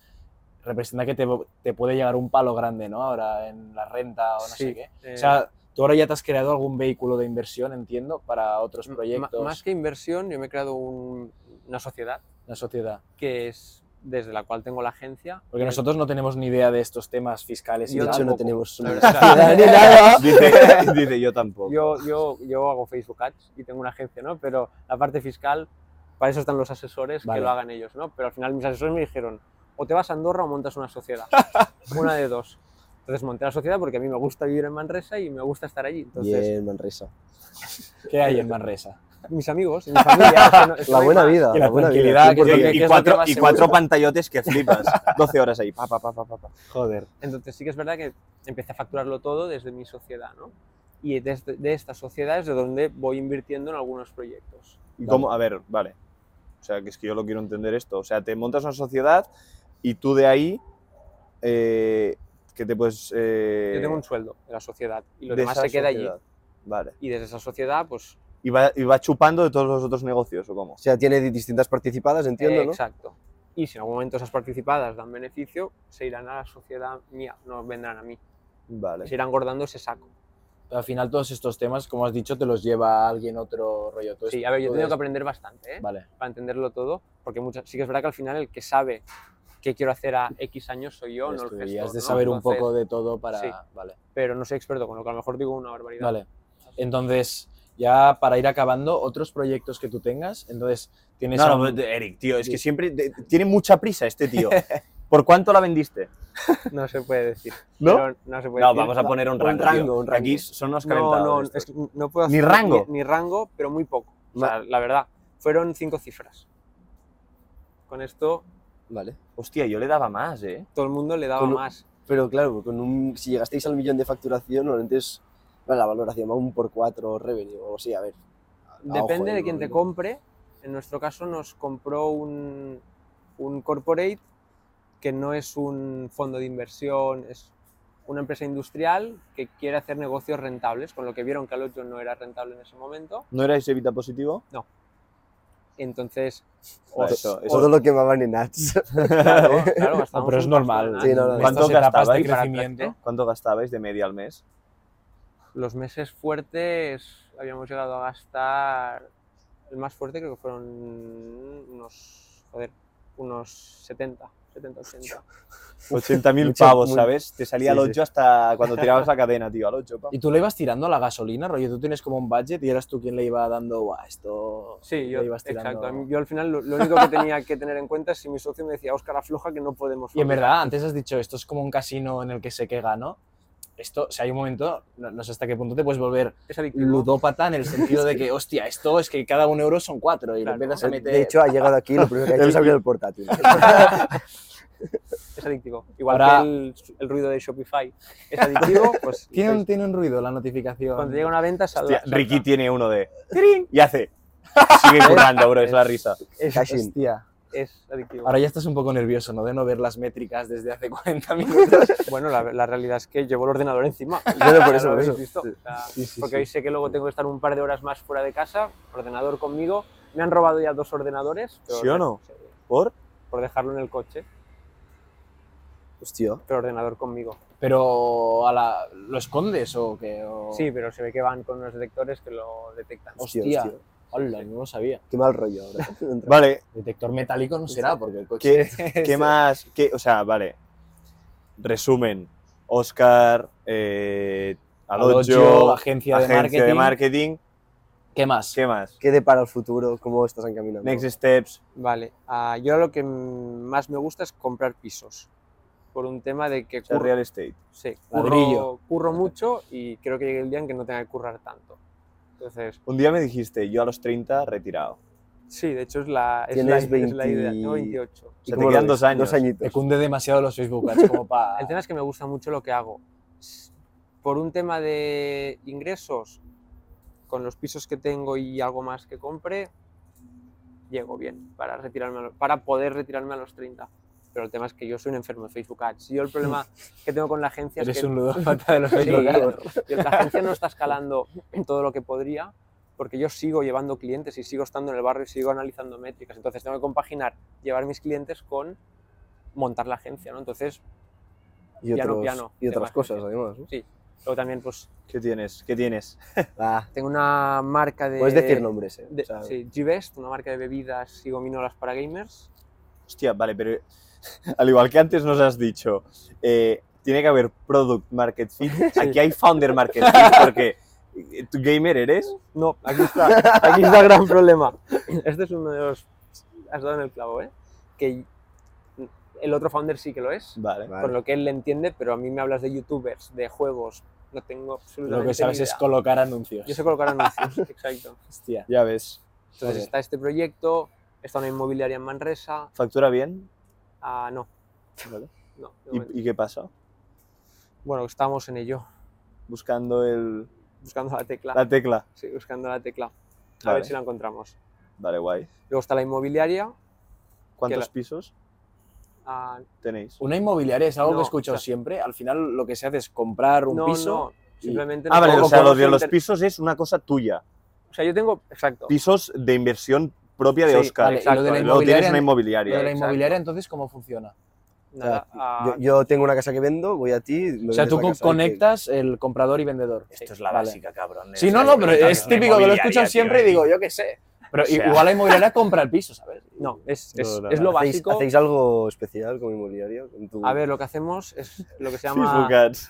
[SPEAKER 6] representa que te, te puede llegar un palo grande, ¿no? Ahora en la renta o no
[SPEAKER 3] Sí,
[SPEAKER 6] sé qué.
[SPEAKER 3] eh,
[SPEAKER 6] O sea,
[SPEAKER 2] Tú ahora ya te has creado algún vehículo de inversión, entiendo, para otros
[SPEAKER 3] M-
[SPEAKER 2] proyectos,
[SPEAKER 3] ma- Más que inversión, yo me he creado un- una sociedad
[SPEAKER 2] una sociedad.
[SPEAKER 3] que es desde la cual tengo la agencia.
[SPEAKER 2] Porque nosotros no tenemos ni idea de estos temas fiscales y
[SPEAKER 3] Eh,
[SPEAKER 5] De
[SPEAKER 3] Yo
[SPEAKER 2] tal,
[SPEAKER 5] hecho, no
[SPEAKER 2] poco.
[SPEAKER 5] tenemos
[SPEAKER 3] La
[SPEAKER 5] una
[SPEAKER 3] verdad,
[SPEAKER 5] sociedad ni nada.
[SPEAKER 4] Dice, (laughs) dice, yo tampoco.
[SPEAKER 3] Yo, yo, yo hago Facebook Ads y tengo una agencia, ¿no? Pero la parte fiscal, para eso están los asesores
[SPEAKER 2] Vale.
[SPEAKER 3] que lo hagan ellos, ¿no? Pero al final mis asesores me dijeron, o te vas a Andorra o montas una sociedad. una de dos. Entonces monté la sociedad porque a mí me gusta vivir en Manresa y me gusta estar allí. Entonces,
[SPEAKER 5] Bien, Manresa.
[SPEAKER 2] ¿Qué hay
[SPEAKER 3] (laughs)
[SPEAKER 2] en Manresa?
[SPEAKER 3] mis amigos, y mi familia... que no- es que
[SPEAKER 5] La
[SPEAKER 3] no hay
[SPEAKER 5] buena
[SPEAKER 3] más.
[SPEAKER 5] vida.
[SPEAKER 2] Y la
[SPEAKER 5] la buena
[SPEAKER 2] tranquilidad que
[SPEAKER 5] vida. Qué
[SPEAKER 2] tiene.
[SPEAKER 5] importante.
[SPEAKER 2] que
[SPEAKER 4] y
[SPEAKER 2] es lo que
[SPEAKER 4] cuatro,
[SPEAKER 2] más
[SPEAKER 4] y
[SPEAKER 2] seguro.
[SPEAKER 4] cuatro pantallotes que flipas. 12 horas ahí. Pa, pa, pa, pa, pa, pa.
[SPEAKER 2] Joder.
[SPEAKER 3] Entonces sí que es verdad que empecé a facturarlo todo desde mi sociedad, ¿no? Y desde, de esta sociedad es de donde voy invirtiendo en algunos proyectos.
[SPEAKER 4] ¿Y cómo? A ver, vale. O sea, que es que yo lo quiero entender esto. O sea, te montas una sociedad y tú de ahí. Eh, que te puedes. eh,
[SPEAKER 3] Yo tengo un sueldo de la sociedad y lo
[SPEAKER 4] de
[SPEAKER 3] demás
[SPEAKER 4] esa
[SPEAKER 3] se queda allí.
[SPEAKER 4] sociedad. Vale.
[SPEAKER 3] Y desde esa sociedad, pues...
[SPEAKER 4] ¿Y va, ¿Y va chupando de todos los otros negocios o cómo?
[SPEAKER 5] O sea, tiene distintas participadas, entiendo,
[SPEAKER 3] eh,
[SPEAKER 5] ¿no?
[SPEAKER 3] Exacto. Y si en algún momento esas participadas dan beneficio, se irán a la sociedad mía, no vendrán a mí. Se
[SPEAKER 4] Vale.
[SPEAKER 3] irá engordando ese saco.
[SPEAKER 2] Pero al final todos estos temas, como has dicho, te los lleva alguien otro rollo. Tú
[SPEAKER 3] sí,
[SPEAKER 2] es-
[SPEAKER 3] a ver, yo he
[SPEAKER 2] tú
[SPEAKER 3] tenido
[SPEAKER 2] eres-
[SPEAKER 3] que aprender bastante, ¿eh?
[SPEAKER 2] Vale,
[SPEAKER 3] Para entenderlo todo, porque muchas, sí que es verdad que al final el que sabe qué quiero hacer a X años soy yo, no
[SPEAKER 2] Pues
[SPEAKER 3] el
[SPEAKER 2] tú
[SPEAKER 3] gestor.
[SPEAKER 2] ya has de
[SPEAKER 3] ¿no?
[SPEAKER 2] saber un
[SPEAKER 3] Entonces,
[SPEAKER 2] poco de todo para...
[SPEAKER 3] sí.
[SPEAKER 2] Vale.
[SPEAKER 3] pero no soy experto, con lo que a lo mejor digo una barbaridad.
[SPEAKER 2] Vale. Entonces, ya para ir acabando, otros proyectos que tú tengas. Entonces, tienes. a
[SPEAKER 4] No,
[SPEAKER 2] un-
[SPEAKER 4] no, Eric, tío, es que siempre te- tiene mucha prisa este tío. ¿Por cuánto la vendiste?
[SPEAKER 3] No se puede decir.
[SPEAKER 4] ¿No?
[SPEAKER 3] Pero no se puede
[SPEAKER 4] No,
[SPEAKER 3] decir.
[SPEAKER 4] vamos a poner un
[SPEAKER 5] Un
[SPEAKER 4] rango.
[SPEAKER 5] rango,
[SPEAKER 4] tío,
[SPEAKER 5] un
[SPEAKER 4] que
[SPEAKER 5] rango.
[SPEAKER 4] Aquí son los
[SPEAKER 3] No,
[SPEAKER 4] calentados.
[SPEAKER 3] no,
[SPEAKER 4] estos.
[SPEAKER 3] es que no puedo
[SPEAKER 4] Ni
[SPEAKER 3] hacer
[SPEAKER 4] rango.
[SPEAKER 3] Ni, ni rango, pero muy poco. O sea, la verdad, fueron cinco cifras. Con esto
[SPEAKER 5] Vale.
[SPEAKER 4] Hostia, yo le daba más, ¿eh?
[SPEAKER 3] todo el mundo le daba
[SPEAKER 5] Con lo-
[SPEAKER 3] más.
[SPEAKER 5] Pero claro, con un, si llegasteis al millón de facturación, normalmente es bueno, la valoración va un por cuatro revenue o algo así, a ver.
[SPEAKER 3] Depende
[SPEAKER 5] joder,
[SPEAKER 3] de quién
[SPEAKER 5] Ah, no,
[SPEAKER 3] te
[SPEAKER 5] no.
[SPEAKER 3] compre. En nuestro caso nos compró un, un corporate que no es un fondo de inversión, es una empresa industrial que quiere hacer negocios rentables, con lo que vieron que Alotjo no era rentable en ese momento.
[SPEAKER 4] ¿No era ese Evita positivo?
[SPEAKER 5] (laughs)
[SPEAKER 3] Entonces,
[SPEAKER 4] Ah, eso, eso-
[SPEAKER 5] Todo lo que maman en ads.
[SPEAKER 3] Claro, claro,
[SPEAKER 2] No,
[SPEAKER 3] gastamos
[SPEAKER 2] pero es
[SPEAKER 3] un
[SPEAKER 2] normal.
[SPEAKER 3] pastón,
[SPEAKER 5] Sí,
[SPEAKER 3] ¿eh?
[SPEAKER 5] no, no, no.
[SPEAKER 2] en
[SPEAKER 4] ¿Cuánto
[SPEAKER 2] estas etapas
[SPEAKER 4] gastabais
[SPEAKER 2] de
[SPEAKER 3] para
[SPEAKER 2] crecimiento?
[SPEAKER 3] atrás, ¿eh?
[SPEAKER 4] ¿Cuánto gastabais de media al mes?
[SPEAKER 3] Los meses fuertes habíamos llegado a gastar, el más fuerte creo que fueron unos, joder, unos 70, 70, 80.
[SPEAKER 4] 80.000
[SPEAKER 5] Mucho,
[SPEAKER 4] pavos,
[SPEAKER 5] muy-
[SPEAKER 4] ¿sabes? Te salía
[SPEAKER 5] Sí,
[SPEAKER 4] al
[SPEAKER 5] sí.
[SPEAKER 4] 8 hasta cuando tirabas la cadena, tío, al 8.
[SPEAKER 2] Y tú le ibas tirando a la gasolina, rollo. Tú tienes como un budget y eras tú quien le iba dando, "Buah, esto.
[SPEAKER 3] Sí,
[SPEAKER 2] le
[SPEAKER 3] yo,
[SPEAKER 2] ibas tirando".
[SPEAKER 3] exacto. a mí- Yo al final lo, lo único que tenía que tener en cuenta es si mi socio me decía, Óscar, afloja que no podemos.
[SPEAKER 2] Y en
[SPEAKER 3] fallar".
[SPEAKER 2] verdad, antes has dicho, esto es como un casino en el que sé que gano. Esto, o sea, hay un momento, no, no sé hasta qué punto te puedes volver
[SPEAKER 3] Es adictivo.
[SPEAKER 2] ludópata en el sentido (laughs) de que, hostia, esto es que cada un euro son cuatro y le
[SPEAKER 3] Claro.
[SPEAKER 2] empiezas a meter.
[SPEAKER 5] De hecho, ha llegado aquí, lo primero que ha hecho es abrir el portátil.
[SPEAKER 3] Es adictivo. Igual
[SPEAKER 2] Ahora-
[SPEAKER 3] que el, el ruido de Shopify. Es adictivo, pues
[SPEAKER 2] (laughs) tiene, un, tiene un ruido la notificación.
[SPEAKER 3] cuando llega una venta sal- salta.
[SPEAKER 4] Ricky tiene uno de... Y hace... Sigue currando, bro, es la risa.
[SPEAKER 5] Cash in.
[SPEAKER 2] Hostia.
[SPEAKER 3] Es adictivo.
[SPEAKER 2] Ahora ya estás un poco nervioso, ¿no? De no ver las métricas desde hace (laughs) 40 minutos.
[SPEAKER 3] Bueno, la, la realidad es que llevo el ordenador (laughs) encima.
[SPEAKER 5] Yo no, por eso,
[SPEAKER 3] ¿Lo
[SPEAKER 5] por
[SPEAKER 3] habéis
[SPEAKER 5] eso.
[SPEAKER 3] visto? O sea,
[SPEAKER 5] sí,
[SPEAKER 3] porque hoy sé que luego tengo que estar un par de horas más fuera de casa, ordenador conmigo. Me han robado ya dos ordenadores. pero-
[SPEAKER 4] ¿Sí o no? ¿Por?
[SPEAKER 3] Por dejarlo en el coche,
[SPEAKER 5] Hostia.
[SPEAKER 3] pero ordenador conmigo.
[SPEAKER 2] Pero a la, ¿lo escondes o qué? O-
[SPEAKER 3] Sí, pero se ve que van con unos detectores que lo detectan.
[SPEAKER 5] Hostia,
[SPEAKER 2] Hostia.
[SPEAKER 5] hostia.
[SPEAKER 2] Hola, no lo sabía.
[SPEAKER 5] Qué mal rollo ahora.
[SPEAKER 4] Vale,
[SPEAKER 2] Detector metálico no será porque pues, el coche...
[SPEAKER 4] ¿Qué, qué más? qué- o sea, vale. Resumen. Oscar, eh,
[SPEAKER 2] Alotjo,
[SPEAKER 4] Alotjo,
[SPEAKER 2] agencia, de
[SPEAKER 4] agencia
[SPEAKER 2] marketing.
[SPEAKER 4] de marketing.
[SPEAKER 2] ¿Qué más?
[SPEAKER 4] ¿Qué más?
[SPEAKER 5] ¿Qué depara el futuro? ¿Cómo estás encaminando?
[SPEAKER 4] Next steps.
[SPEAKER 3] Vale, ah, yo lo que mm, más me gusta es comprar pisos. Por un tema de que
[SPEAKER 4] o sea,
[SPEAKER 3] curro,
[SPEAKER 4] real estate.
[SPEAKER 3] sí,
[SPEAKER 2] Ladrillo.
[SPEAKER 3] curro, curro mucho y creo que llegue el día en que no tenga que currar tanto. Entonces,
[SPEAKER 4] Un día me dijiste, yo a los tienes retirado.
[SPEAKER 3] sí, de hecho es la, es la,
[SPEAKER 5] Tienes
[SPEAKER 3] es la idea.
[SPEAKER 5] 20.
[SPEAKER 3] Tengo 28.
[SPEAKER 5] ¿Y
[SPEAKER 4] sea, te
[SPEAKER 5] cómo lo
[SPEAKER 4] quedan
[SPEAKER 5] ves?
[SPEAKER 4] dos años.
[SPEAKER 5] Dos añitos.
[SPEAKER 2] Te cunde demasiado los Facebook ads como para...
[SPEAKER 3] (laughs) El tema es que me gusta mucho lo que hago. S- Por un tema de ingresos, con los pisos que tengo y algo más que compre, llego bien para, retirarme a lo- para poder retirarme a los 30. Pero el tema es que yo soy un enfermo de Facebook Ads. Yo el problema que tengo con la agencia es
[SPEAKER 2] Eres
[SPEAKER 3] que
[SPEAKER 2] un
[SPEAKER 6] (laughs)
[SPEAKER 2] ludópata de los Facebook
[SPEAKER 3] Sí,
[SPEAKER 2] ads.
[SPEAKER 3] y la agencia no está escalando todo lo que podría porque yo sigo llevando clientes y sigo estando en el barrio y sigo analizando métricas. Entonces tengo que compaginar llevar mis clientes con montar la agencia, ¿no? Entonces
[SPEAKER 5] Y,
[SPEAKER 3] ya no,
[SPEAKER 5] otros-
[SPEAKER 3] ya no,
[SPEAKER 5] y
[SPEAKER 3] de
[SPEAKER 5] otras
[SPEAKER 3] marketing.
[SPEAKER 5] cosas, además. ¿no?
[SPEAKER 3] Sí, Luego también, pues,
[SPEAKER 4] ¿Qué tienes? ¿Qué tienes?
[SPEAKER 5] Va,
[SPEAKER 3] tengo una marca de...
[SPEAKER 5] puedes decir nombres, eh.
[SPEAKER 3] Ah. de-
[SPEAKER 5] o sea,
[SPEAKER 3] sí, G-Best, una marca de bebidas y gominolas para gamers.
[SPEAKER 4] Hostia, vale, pero (laughs) al igual que antes nos has dicho, eh, tiene que haber product
[SPEAKER 6] (laughs)
[SPEAKER 4] market fit. Aquí hay founder market fit porque eh, tú gamer eres.
[SPEAKER 3] No, aquí está, aquí está el gran problema. Este es uno de los... Has dado en el clavo, ¿eh? Que el otro founder sí que lo es,
[SPEAKER 4] Vale.
[SPEAKER 5] vale.
[SPEAKER 3] por lo que él le entiende, pero a mí me hablas de youtubers, de juegos, no tengo absolutamente
[SPEAKER 6] Lo que sabes
[SPEAKER 3] ni
[SPEAKER 6] es
[SPEAKER 3] idea.
[SPEAKER 6] colocar anuncios.
[SPEAKER 3] Yo sé colocar anuncios, exacto.
[SPEAKER 6] Hostia.
[SPEAKER 4] Ya ves.
[SPEAKER 3] Entonces está este proyecto, está una inmobiliaria en Manresa,
[SPEAKER 4] ¿Factura bien?
[SPEAKER 3] ah, no,
[SPEAKER 4] Vale.
[SPEAKER 3] no. de momento.
[SPEAKER 4] ¿Y, y qué pasa?
[SPEAKER 3] Bueno, estamos en ello,
[SPEAKER 4] Buscando el,
[SPEAKER 3] buscando la
[SPEAKER 6] Ah.
[SPEAKER 3] tecla.
[SPEAKER 4] la tecla.
[SPEAKER 3] Sí, buscando la tecla. A
[SPEAKER 4] Vale.
[SPEAKER 3] ver si la encontramos.
[SPEAKER 4] Vale, guay.
[SPEAKER 3] Luego está la inmobiliaria.
[SPEAKER 4] ¿Cuántos
[SPEAKER 3] la-
[SPEAKER 4] pisos
[SPEAKER 3] ah,
[SPEAKER 4] tenéis?
[SPEAKER 6] Una inmobiliaria es algo
[SPEAKER 3] No,
[SPEAKER 6] que he escuchado
[SPEAKER 3] o sea-
[SPEAKER 6] siempre. Al final lo que se hace es comprar un
[SPEAKER 3] no,
[SPEAKER 6] piso.
[SPEAKER 3] no, simplemente...
[SPEAKER 4] Ah, vale,
[SPEAKER 3] no-
[SPEAKER 4] o sea,
[SPEAKER 3] no
[SPEAKER 4] lo de los
[SPEAKER 3] inter-
[SPEAKER 4] pisos es una cosa tuya.
[SPEAKER 3] O sea, yo tengo... Exacto.
[SPEAKER 4] Pisos de inversión propia de
[SPEAKER 3] Sí,
[SPEAKER 4] Oscar.
[SPEAKER 3] vale, y lo de la
[SPEAKER 4] Y luego tienes
[SPEAKER 6] inmobiliaria-
[SPEAKER 4] una
[SPEAKER 6] Lo de
[SPEAKER 4] inmobiliaria.
[SPEAKER 6] la
[SPEAKER 3] Exacto.
[SPEAKER 6] inmobiliaria, entonces, ¿cómo funciona?
[SPEAKER 3] Nada, ah,
[SPEAKER 5] yo, yo tengo una casa que vendo, voy a ti. me
[SPEAKER 6] O sea,
[SPEAKER 5] vendes
[SPEAKER 6] tú
[SPEAKER 5] la
[SPEAKER 6] co-
[SPEAKER 5] casa que-
[SPEAKER 6] conectas el comprador y vendedor.
[SPEAKER 7] Esto es la
[SPEAKER 6] Vale.
[SPEAKER 7] básica, cabrón.
[SPEAKER 6] Sí,
[SPEAKER 7] Es
[SPEAKER 6] no,
[SPEAKER 7] la
[SPEAKER 6] no, pero
[SPEAKER 7] inmobiliaria,
[SPEAKER 6] es
[SPEAKER 7] una
[SPEAKER 6] típico que lo he
[SPEAKER 7] inmobiliaria,
[SPEAKER 6] escuchado
[SPEAKER 7] tío,
[SPEAKER 6] siempre y digo, yo qué sé. Pero
[SPEAKER 7] O sea-
[SPEAKER 6] igual la inmobiliaria compra el piso, ¿sabes?
[SPEAKER 3] no, es,
[SPEAKER 4] No,
[SPEAKER 3] es-
[SPEAKER 4] no,
[SPEAKER 3] es lo
[SPEAKER 5] ¿Hacéis,
[SPEAKER 3] básico.
[SPEAKER 5] ¿Hacéis algo especial como inmobiliario? Con tu-
[SPEAKER 3] A ver, lo que hacemos es lo
[SPEAKER 4] (laughs)
[SPEAKER 3] que se
[SPEAKER 4] Facebook
[SPEAKER 3] llama...
[SPEAKER 4] ads.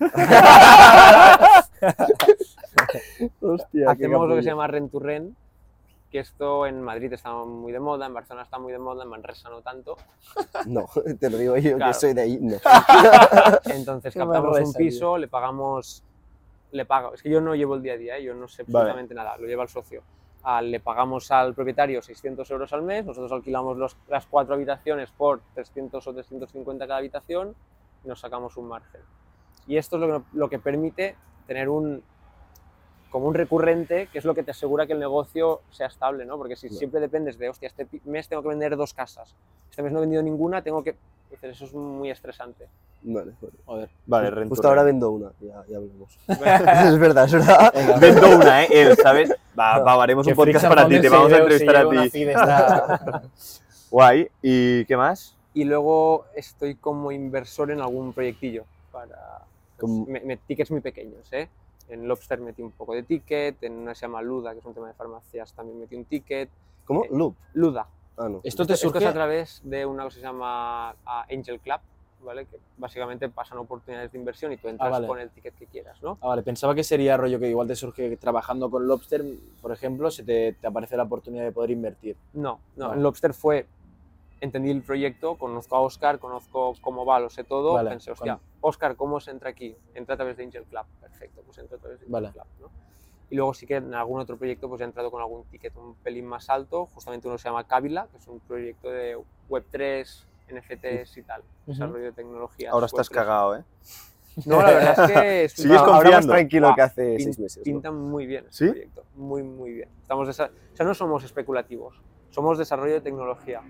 [SPEAKER 5] Hostia, qué
[SPEAKER 3] hacemos lo que se
[SPEAKER 5] capullo.
[SPEAKER 3] llama rent to rent, que esto en Madrid está muy de moda, en Barcelona está muy de moda, en Manresa no tanto.
[SPEAKER 5] No, (laughs) te lo digo yo
[SPEAKER 3] Claro.
[SPEAKER 5] que soy de ahí.
[SPEAKER 6] (laughs)
[SPEAKER 5] No.
[SPEAKER 3] Entonces
[SPEAKER 5] Qué
[SPEAKER 3] captamos un
[SPEAKER 5] vergüenza, tío.
[SPEAKER 3] piso, le pagamos, le pago. Es que yo no llevo el día a día, ¿eh? yo no sé
[SPEAKER 4] Vale.
[SPEAKER 3] absolutamente nada, lo lleva el socio. Ah, le pagamos al propietario 600 euros al mes, nosotros alquilamos los- las cuatro habitaciones por 300 o 350 cada habitación y nos sacamos un margen. Y esto es lo que, lo que permite tener un como un recurrente, que es lo que te asegura que el negocio sea estable, ¿no? Porque si siempre dependes de, hostia, este pi- mes tengo que vender dos casas, este mes no he vendido ninguna, tengo que... Dices, eso es muy estresante.
[SPEAKER 5] Vale, bueno.
[SPEAKER 4] Vale, rento.
[SPEAKER 5] Justo ahora vendo una, ya, ya hablamos. es verdad, es verdad.
[SPEAKER 4] Vendo una, ¿eh? Él, ¿sabes?
[SPEAKER 5] (laughs)
[SPEAKER 4] Va, va, haremos un
[SPEAKER 6] Que Freaks
[SPEAKER 4] podcast
[SPEAKER 6] and
[SPEAKER 4] para ti, te
[SPEAKER 6] Founders
[SPEAKER 4] vamos
[SPEAKER 6] se
[SPEAKER 4] a
[SPEAKER 6] lleve- se
[SPEAKER 4] entrevistar a
[SPEAKER 6] lleve una
[SPEAKER 4] ti.
[SPEAKER 6] feed de esta-
[SPEAKER 4] Guay. ¿Y qué más?
[SPEAKER 3] y luego estoy como inversor en algún proyectillo para pues,
[SPEAKER 5] Como-
[SPEAKER 3] me- me- tickets muy pequeños ¿eh? en Lobster metí un poco de ticket en una que se llama Luda que es un tema de farmacias también metí un ticket
[SPEAKER 5] ¿Cómo? Loop.
[SPEAKER 3] Luda
[SPEAKER 5] Ah, no.
[SPEAKER 6] Esto te
[SPEAKER 3] esto
[SPEAKER 6] surge.
[SPEAKER 3] es a través de una cosa que se llama ah, Angel Club vale que básicamente pasan oportunidades de inversión y tú entras
[SPEAKER 6] Ah, vale.
[SPEAKER 3] con el ticket que quieras no
[SPEAKER 6] Ah, vale, pensaba que sería rollo que igual te surge que trabajando con Lobster, por ejemplo, se te, te aparece la oportunidad de poder invertir.
[SPEAKER 3] No, no,
[SPEAKER 6] Vale.
[SPEAKER 3] en Lobster fue, entendí el proyecto, conozco a Oscar, conozco cómo va, lo sé todo,
[SPEAKER 6] Vale,
[SPEAKER 3] pensé, hostia, Oscar, ¿cómo se entra aquí? Entra a través de Angel Club, perfecto, pues entra a través de Angel
[SPEAKER 6] Vale.
[SPEAKER 3] Club, ¿no? Y luego sí que en algún otro proyecto pues he entrado con algún ticket un pelín más alto, justamente uno que se llama Kabila, que es un proyecto de Web3, NFTs y tal, desarrollo de tecnología.
[SPEAKER 4] Ahora estás cagado, ¿eh?
[SPEAKER 3] No, la verdad es
[SPEAKER 4] (laughs)
[SPEAKER 3] que es un
[SPEAKER 4] Sigues
[SPEAKER 3] trabajo-
[SPEAKER 5] Ahora más
[SPEAKER 4] confiando.
[SPEAKER 5] tranquilo
[SPEAKER 3] Buah,
[SPEAKER 5] que hace
[SPEAKER 3] pin-
[SPEAKER 5] seis meses. ¿no?
[SPEAKER 3] Pintan muy bien este
[SPEAKER 4] ¿Sí?
[SPEAKER 3] proyecto, muy, muy bien. Estamos desa- o sea, no somos especulativos, somos desarrollo de tecnología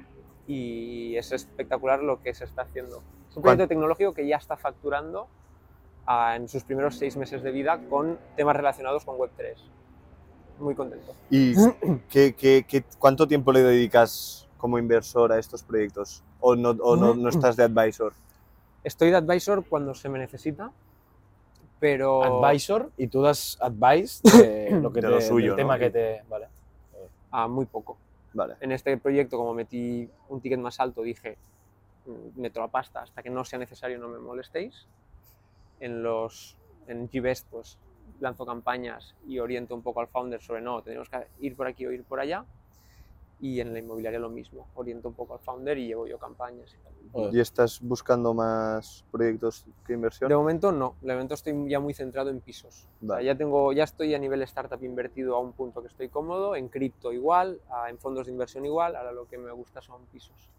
[SPEAKER 3] y es espectacular lo que se está haciendo. Es un proyecto tecnológico que ya está facturando ah, en sus primeros seis meses de vida con temas relacionados con Web3. Muy contento.
[SPEAKER 5] (clears throat)
[SPEAKER 4] ¿Y qué, qué- qué- cuánto tiempo le dedicas como inversor a estos proyectos? ¿O no, o no, no estás de advisor?
[SPEAKER 3] Estoy de advisor cuando se me necesita, pero...
[SPEAKER 6] Advisor y tú das (coughs) advice de lo que
[SPEAKER 4] De
[SPEAKER 6] te,
[SPEAKER 4] lo suyo,
[SPEAKER 6] del tema
[SPEAKER 4] ¿no?
[SPEAKER 6] que te. Vale.
[SPEAKER 3] a muy poco.
[SPEAKER 4] Vale.
[SPEAKER 3] en este proyecto, como metí un ticket más alto, dije, "Mm, meto la pasta hasta que no sea necesario, no me molestéis. En los en G-Best, pues lanzo campañas y oriento un poco al founder sobre no, tenemos que ir por aquí o ir por allá. Y en la inmobiliaria lo mismo, oriento un poco al founder y llevo yo campañas. y tal.
[SPEAKER 4] ¿Y estás buscando más proyectos que inversión?
[SPEAKER 3] De momento no, de momento estoy ya muy centrado en pisos. O sea,
[SPEAKER 4] Vale.
[SPEAKER 3] ya, tengo, ya estoy a nivel startup invertido a un punto que estoy cómodo, en cripto igual, a- en fondos de inversión igual, ahora lo que me gusta son pisos.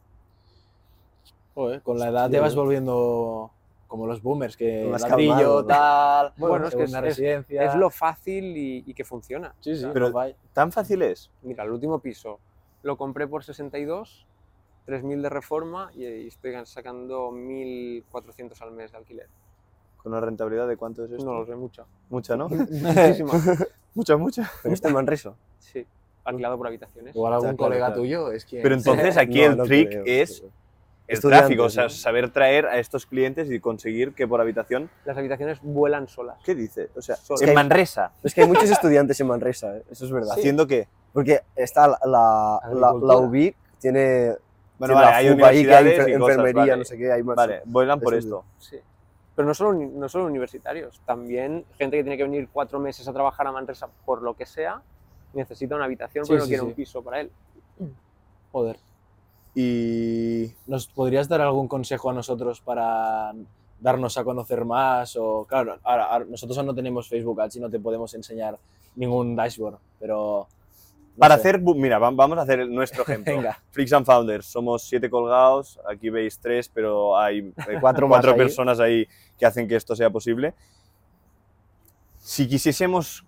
[SPEAKER 6] Joder, con la edad te vas volviendo como los boomers, que
[SPEAKER 5] Más
[SPEAKER 6] ladrillo,
[SPEAKER 5] calmado, ¿no?
[SPEAKER 6] tal,
[SPEAKER 3] Bueno, es que
[SPEAKER 6] segunda
[SPEAKER 3] es-
[SPEAKER 6] residencia.
[SPEAKER 3] es lo fácil y, y que funciona.
[SPEAKER 6] Sí, sí,
[SPEAKER 4] Pero-
[SPEAKER 6] no va-
[SPEAKER 4] ¿Tan fácil es?
[SPEAKER 3] Mira, el último piso lo compré por 62, 3.000 de reforma y, y estoy gan- sacando 1.400 al mes de alquiler.
[SPEAKER 4] ¿Con una rentabilidad de cuánto es esto?
[SPEAKER 3] No lo sé, mucho.
[SPEAKER 4] Mucha,
[SPEAKER 5] (laughs)
[SPEAKER 4] ¿no?
[SPEAKER 3] Muchísima.
[SPEAKER 4] mucha, mucha.
[SPEAKER 5] Pero esto en Manresa.
[SPEAKER 3] Sí, alquilado por habitaciones.
[SPEAKER 6] Igual algún
[SPEAKER 5] claro,
[SPEAKER 6] colega
[SPEAKER 5] claro.
[SPEAKER 6] tuyo es que.
[SPEAKER 5] (laughs)
[SPEAKER 4] Pero entonces aquí
[SPEAKER 5] No,
[SPEAKER 4] el
[SPEAKER 5] no
[SPEAKER 4] trick
[SPEAKER 5] creo,
[SPEAKER 4] es
[SPEAKER 5] creo.
[SPEAKER 4] el
[SPEAKER 5] Estudiantes,
[SPEAKER 4] tráfico, o sea,
[SPEAKER 5] ¿no?
[SPEAKER 4] saber traer a estos clientes y conseguir que por habitación,
[SPEAKER 3] Las habitaciones vuelan solas.
[SPEAKER 4] ¿qué dice? O sea,
[SPEAKER 3] Solas.
[SPEAKER 5] que-
[SPEAKER 4] en Manresa,
[SPEAKER 5] Es que hay muchos estudiantes en Manresa, ¿eh? eso es verdad.
[SPEAKER 4] haciendo qué?
[SPEAKER 5] Porque está la, la, la,
[SPEAKER 3] Agricultura.
[SPEAKER 5] la UBIC, tiene,
[SPEAKER 4] Bueno,
[SPEAKER 5] tiene
[SPEAKER 4] vale,
[SPEAKER 5] la
[SPEAKER 4] hay
[SPEAKER 5] FUB ahí, que hay
[SPEAKER 4] universidades
[SPEAKER 5] enfer-
[SPEAKER 4] y cosas,
[SPEAKER 5] enfermería,
[SPEAKER 4] vale.
[SPEAKER 5] no sé qué, hay más. (laughs)
[SPEAKER 4] Vale, vuelan por
[SPEAKER 5] Eso es
[SPEAKER 4] esto.
[SPEAKER 3] Sí. Pero no solo, uni- no solo universitarios, también gente que tiene que venir cuatro meses a trabajar a Manresa por lo que sea, necesita una habitación
[SPEAKER 6] Sí,
[SPEAKER 3] pero no
[SPEAKER 6] sí,
[SPEAKER 3] quiere
[SPEAKER 6] sí.
[SPEAKER 3] un piso para él.
[SPEAKER 6] Joder.
[SPEAKER 4] Y
[SPEAKER 6] ¿Nos podrías dar algún consejo a nosotros para darnos a conocer más? O, claro, ahora, ahora nosotros aún no tenemos Facebook Ads y no te podemos enseñar ningún dashboard, pero... no
[SPEAKER 4] para
[SPEAKER 6] sé.
[SPEAKER 4] hacer, bu- mira, vam- vamos a hacer el- nuestro
[SPEAKER 5] (laughs)
[SPEAKER 4] ejemplo.
[SPEAKER 6] Venga.
[SPEAKER 4] Freaks and Founders, somos siete colgados, aquí veis tres, pero hay
[SPEAKER 5] (laughs)
[SPEAKER 4] eh,
[SPEAKER 5] Cuatro
[SPEAKER 4] cuatro,
[SPEAKER 5] más ahí.
[SPEAKER 4] personas ahí que hacen que esto sea posible. Si quisiésemos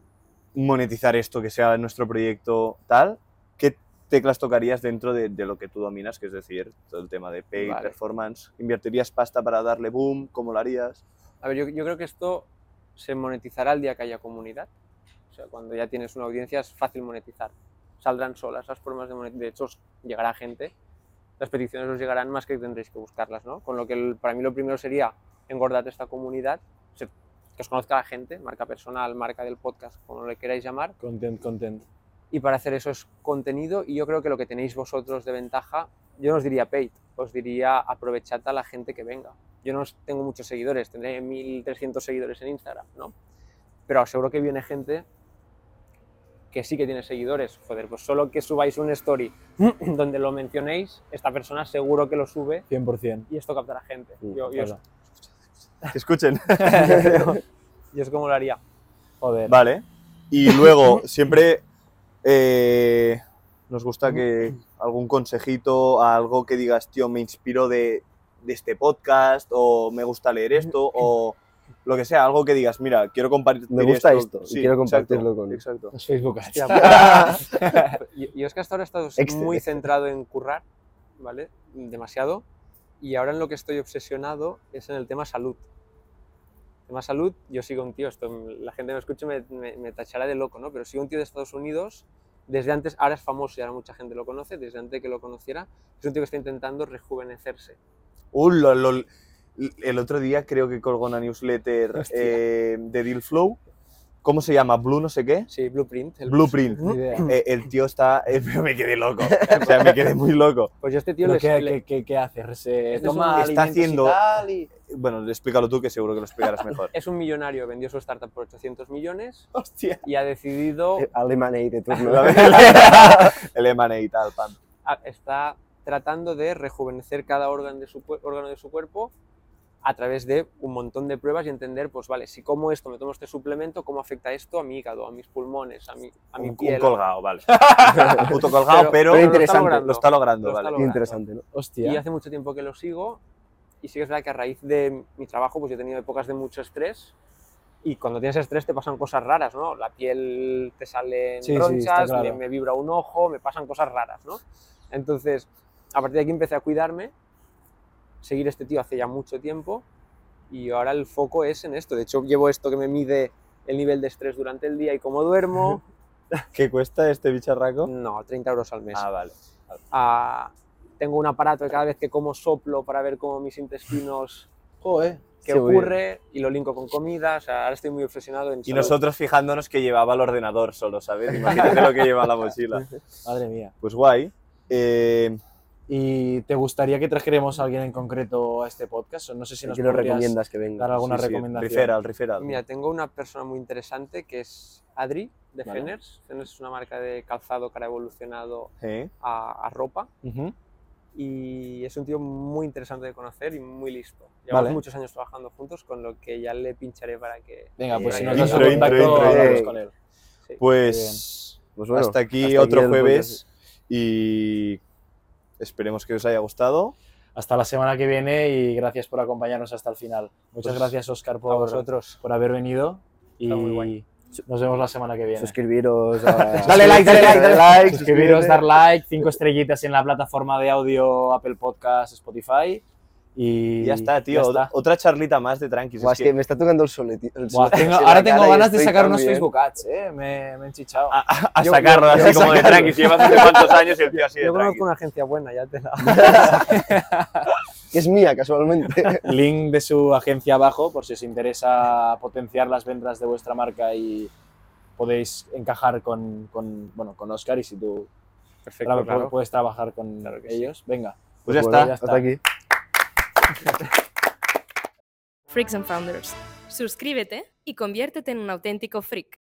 [SPEAKER 4] monetizar esto, que sea nuestro proyecto tal, ¿qué teclas tocarías dentro de, de lo que tú dominas, que es decir, todo el tema de pay,
[SPEAKER 3] Vale.
[SPEAKER 4] performance? ¿Invertirías pasta para darle boom? ¿Cómo lo harías?
[SPEAKER 3] A ver, yo, yo creo que esto se monetizará el día que haya comunidad. O sea, cuando ya tienes una audiencia es fácil monetizar. Saldrán solas las formas de monetizar. De hecho, os llegará gente. Las peticiones os llegarán más que tendréis que buscarlas, ¿no? Con lo que el- para mí lo primero sería engordar esta comunidad, ser- que os conozca la gente, marca personal, marca del podcast, como le queráis llamar.
[SPEAKER 6] Content, content.
[SPEAKER 3] y para hacer eso es contenido y yo creo que lo que tenéis vosotros de ventaja, yo no os diría paid, os diría aprovechad a la gente que venga. Yo no os- tengo muchos seguidores, tendré 1300 seguidores en Instagram, ¿no? Pero seguro que viene gente que sí que tiene seguidores. Joder, pues solo que subáis un story (clears throat) donde lo mencionéis, esta persona seguro que lo sube
[SPEAKER 6] 100%.
[SPEAKER 3] y esto captará gente.
[SPEAKER 6] Sí,
[SPEAKER 3] Yo, yo, es,
[SPEAKER 6] claro.
[SPEAKER 4] Que escuchen.
[SPEAKER 3] (laughs) yo es como lo haría.
[SPEAKER 6] Joder.
[SPEAKER 4] Vale.
[SPEAKER 5] (laughs)
[SPEAKER 4] Y luego, siempre eh, nos gusta que algún consejito, algo que digas, tío, me inspiro de, de este podcast, o me gusta leer esto, o lo que sea, algo que digas, mira, quiero compartir
[SPEAKER 5] Me gusta esto y quiero
[SPEAKER 4] exacto,
[SPEAKER 5] compartirlo con-
[SPEAKER 4] Exacto.
[SPEAKER 6] Los Facebook Ads.
[SPEAKER 2] (laughs)
[SPEAKER 3] Hostia, pues, yo, yo es que hasta ahora he estado
[SPEAKER 5] Excel,
[SPEAKER 3] muy
[SPEAKER 5] Excel.
[SPEAKER 3] centrado en currar, ¿vale? Demasiado. Y ahora en lo que estoy obsesionado es en el tema salud. Tema salud, yo sigo un tío, esto la gente me escucha y me, me- me tachará de loco, ¿no? Pero sigo un tío de Estados Unidos, desde antes, ahora es famoso y ahora mucha gente lo conoce, desde antes de que lo conociera, es un tío que está intentando rejuvenecerse.
[SPEAKER 4] Uh, lo- lo- el otro día creo que colgó una newsletter
[SPEAKER 3] Hostia.
[SPEAKER 4] eh, de Deal Flow. ¿Cómo se llama? Blue no sé qué.
[SPEAKER 3] Sí, Blueprint. el-
[SPEAKER 4] Blueprint.
[SPEAKER 3] pues,
[SPEAKER 6] Ni idea.
[SPEAKER 4] Eh, (laughs) el tío está... me quedé
[SPEAKER 5] (laughs)
[SPEAKER 4] loco. O sea, me quedé muy loco.
[SPEAKER 3] Pues (clears throat) yo a este tío
[SPEAKER 6] Pero
[SPEAKER 3] le
[SPEAKER 6] ¿Qué, qué- qué- qué hace? Se
[SPEAKER 3] Este es
[SPEAKER 6] toma
[SPEAKER 3] un-
[SPEAKER 4] está
[SPEAKER 6] alimentos y
[SPEAKER 4] haciendo-
[SPEAKER 6] tal y-
[SPEAKER 4] Bueno, explícalo tú, que seguro que lo
[SPEAKER 3] (laughs)
[SPEAKER 4] explicarás mejor.
[SPEAKER 3] Es un millonario, vendió su startup por 800 millones
[SPEAKER 4] Hostia.
[SPEAKER 3] y ha decidido
[SPEAKER 5] Eh, Alemán ahí
[SPEAKER 6] (laughs)
[SPEAKER 5] de turno.
[SPEAKER 3] (laughs)
[SPEAKER 4] El M&A y tal, pan.
[SPEAKER 3] a- está tratando de rejuvenecer cada órgano de, su, cuer- órgano de su cuerpo a través de un montón de pruebas y entender, pues vale, si como esto, me tomo este suplemento, ¿cómo afecta esto a mi hígado, a mis pulmones, a mi, a mi
[SPEAKER 4] Un, un
[SPEAKER 3] piel? (laughs)
[SPEAKER 4] colgado, vale. Un puto colgado,
[SPEAKER 3] Pero-
[SPEAKER 4] pero,
[SPEAKER 5] pero
[SPEAKER 4] lo está
[SPEAKER 5] interesante,
[SPEAKER 4] logrando, lo está logrando,
[SPEAKER 3] Lo está
[SPEAKER 4] vale.
[SPEAKER 3] logrando.
[SPEAKER 5] Interesante, ¿no?
[SPEAKER 3] Y
[SPEAKER 6] Hostia.
[SPEAKER 3] hace mucho tiempo que lo sigo y sí que es verdad que a raíz de mi trabajo, pues yo he tenido épocas de mucho estrés y cuando tienes estrés te pasan cosas raras, ¿no? La piel te salen
[SPEAKER 6] Sí, sí, está
[SPEAKER 3] ronchas,
[SPEAKER 6] claro.
[SPEAKER 3] me, me vibra un ojo, me pasan cosas raras, ¿no? Entonces, a partir de aquí empecé a cuidarme, seguir este tío hace ya mucho tiempo y ahora el foco es en esto. De hecho, llevo esto que me mide el nivel de estrés durante el día y cómo duermo.
[SPEAKER 4] ¿Qué cuesta este bicharraco?
[SPEAKER 3] No, 30 euros al mes.
[SPEAKER 4] Ah, vale.
[SPEAKER 3] Ah, tengo un aparato que cada vez que como soplo para ver cómo mis intestinos
[SPEAKER 6] Joder.
[SPEAKER 3] qué
[SPEAKER 5] Sí, muy
[SPEAKER 3] ocurre y lo linko con comida. O sea, ahora estoy muy obsesionado en
[SPEAKER 4] Y
[SPEAKER 3] salud.
[SPEAKER 4] nosotros fijándonos que llevaba el ordenador solo, ¿sabes? Imagínate lo que lleva
[SPEAKER 3] (laughs)
[SPEAKER 4] la mochila.
[SPEAKER 6] Madre mía.
[SPEAKER 4] Pues guay. Eh,
[SPEAKER 6] ¿Y te gustaría que trajéramos a alguien en concreto a este podcast? O No sé si nos
[SPEAKER 5] que lo
[SPEAKER 6] podrías
[SPEAKER 5] recomiendas que
[SPEAKER 6] dar
[SPEAKER 5] venga.
[SPEAKER 6] alguna
[SPEAKER 4] sí, sí,
[SPEAKER 6] recomendación.
[SPEAKER 4] Referral, referral.
[SPEAKER 3] Mira, tengo una persona muy interesante que es Adri de
[SPEAKER 6] Vale.
[SPEAKER 3] Feners. Feners es una marca de calzado que ahora ha evolucionado
[SPEAKER 4] ¿Eh?
[SPEAKER 3] a, a ropa
[SPEAKER 6] Ujú.
[SPEAKER 3] y es un tío muy interesante de conocer y muy listo. Llevamos
[SPEAKER 6] Vale.
[SPEAKER 3] muchos años trabajando juntos, con lo que ya le pincharé para que...
[SPEAKER 6] Venga, pues
[SPEAKER 3] Eh,
[SPEAKER 6] si nos das
[SPEAKER 4] intro,
[SPEAKER 6] un
[SPEAKER 4] intro,
[SPEAKER 6] contacto,
[SPEAKER 4] intro,
[SPEAKER 6] hablamos
[SPEAKER 5] eh.
[SPEAKER 6] con él.
[SPEAKER 3] sí.
[SPEAKER 4] Pues...
[SPEAKER 5] Pues bueno,
[SPEAKER 4] hasta pues, aquí
[SPEAKER 5] hasta aquí
[SPEAKER 4] otro
[SPEAKER 5] el
[SPEAKER 4] jueves y esperemos que os haya gustado.
[SPEAKER 6] Hasta la semana que viene y gracias por acompañarnos hasta el final. Muchas
[SPEAKER 4] Pues,
[SPEAKER 6] gracias, Oscar, por,
[SPEAKER 3] vosotros.
[SPEAKER 6] por haber venido y
[SPEAKER 3] Está muy guay.
[SPEAKER 6] nos vemos la semana que viene.
[SPEAKER 5] Suscribiros a...
[SPEAKER 6] (laughs) Dale like, dale like, dale
[SPEAKER 5] like.
[SPEAKER 6] Suscribiros, dar like, cinco estrellitas en la plataforma de audio Apple Podcast, Spotify y
[SPEAKER 4] Y ya está, tío.
[SPEAKER 6] ya
[SPEAKER 4] (laughs)
[SPEAKER 6] está.
[SPEAKER 4] Otra charlita más de tranquis.
[SPEAKER 5] Buah,
[SPEAKER 4] Es
[SPEAKER 5] es
[SPEAKER 4] que-
[SPEAKER 5] que me está tocando el soleti- el
[SPEAKER 6] Buah,
[SPEAKER 5] sol-
[SPEAKER 6] tengo-
[SPEAKER 5] en la
[SPEAKER 6] ahora tengo
[SPEAKER 5] cara y
[SPEAKER 6] ganas de
[SPEAKER 5] estoy
[SPEAKER 6] sacar
[SPEAKER 5] tan
[SPEAKER 6] unos
[SPEAKER 5] bien.
[SPEAKER 6] Facebook Ads, eh, me, me he enchichado.
[SPEAKER 2] Ah,
[SPEAKER 4] a, a
[SPEAKER 3] Yo-
[SPEAKER 4] Ah, sacarlo
[SPEAKER 3] yo-
[SPEAKER 4] así
[SPEAKER 5] yo
[SPEAKER 4] como de
[SPEAKER 5] sacarlo.
[SPEAKER 4] tranqui. Si llevas hace cuántos años y el tío así de
[SPEAKER 3] Yo
[SPEAKER 4] tranqui.
[SPEAKER 3] conozco una agencia buena, ya te la...
[SPEAKER 5] que es mía casualmente.
[SPEAKER 2] Link de su agencia abajo por si os interesa potenciar las ventas de vuestra marca y podéis encajar con, con, bueno, con Oscar y si tú
[SPEAKER 3] Perfecto,
[SPEAKER 2] tra-
[SPEAKER 3] claro.
[SPEAKER 2] puedes trabajar con
[SPEAKER 3] Claro que sí.
[SPEAKER 2] ellos. Venga.
[SPEAKER 4] Pues
[SPEAKER 5] (laughs)
[SPEAKER 4] ya
[SPEAKER 2] bueno,
[SPEAKER 4] está.
[SPEAKER 5] Hasta aquí.
[SPEAKER 7] Freaks and Founders. Suscríbete y conviértete en un auténtico freak.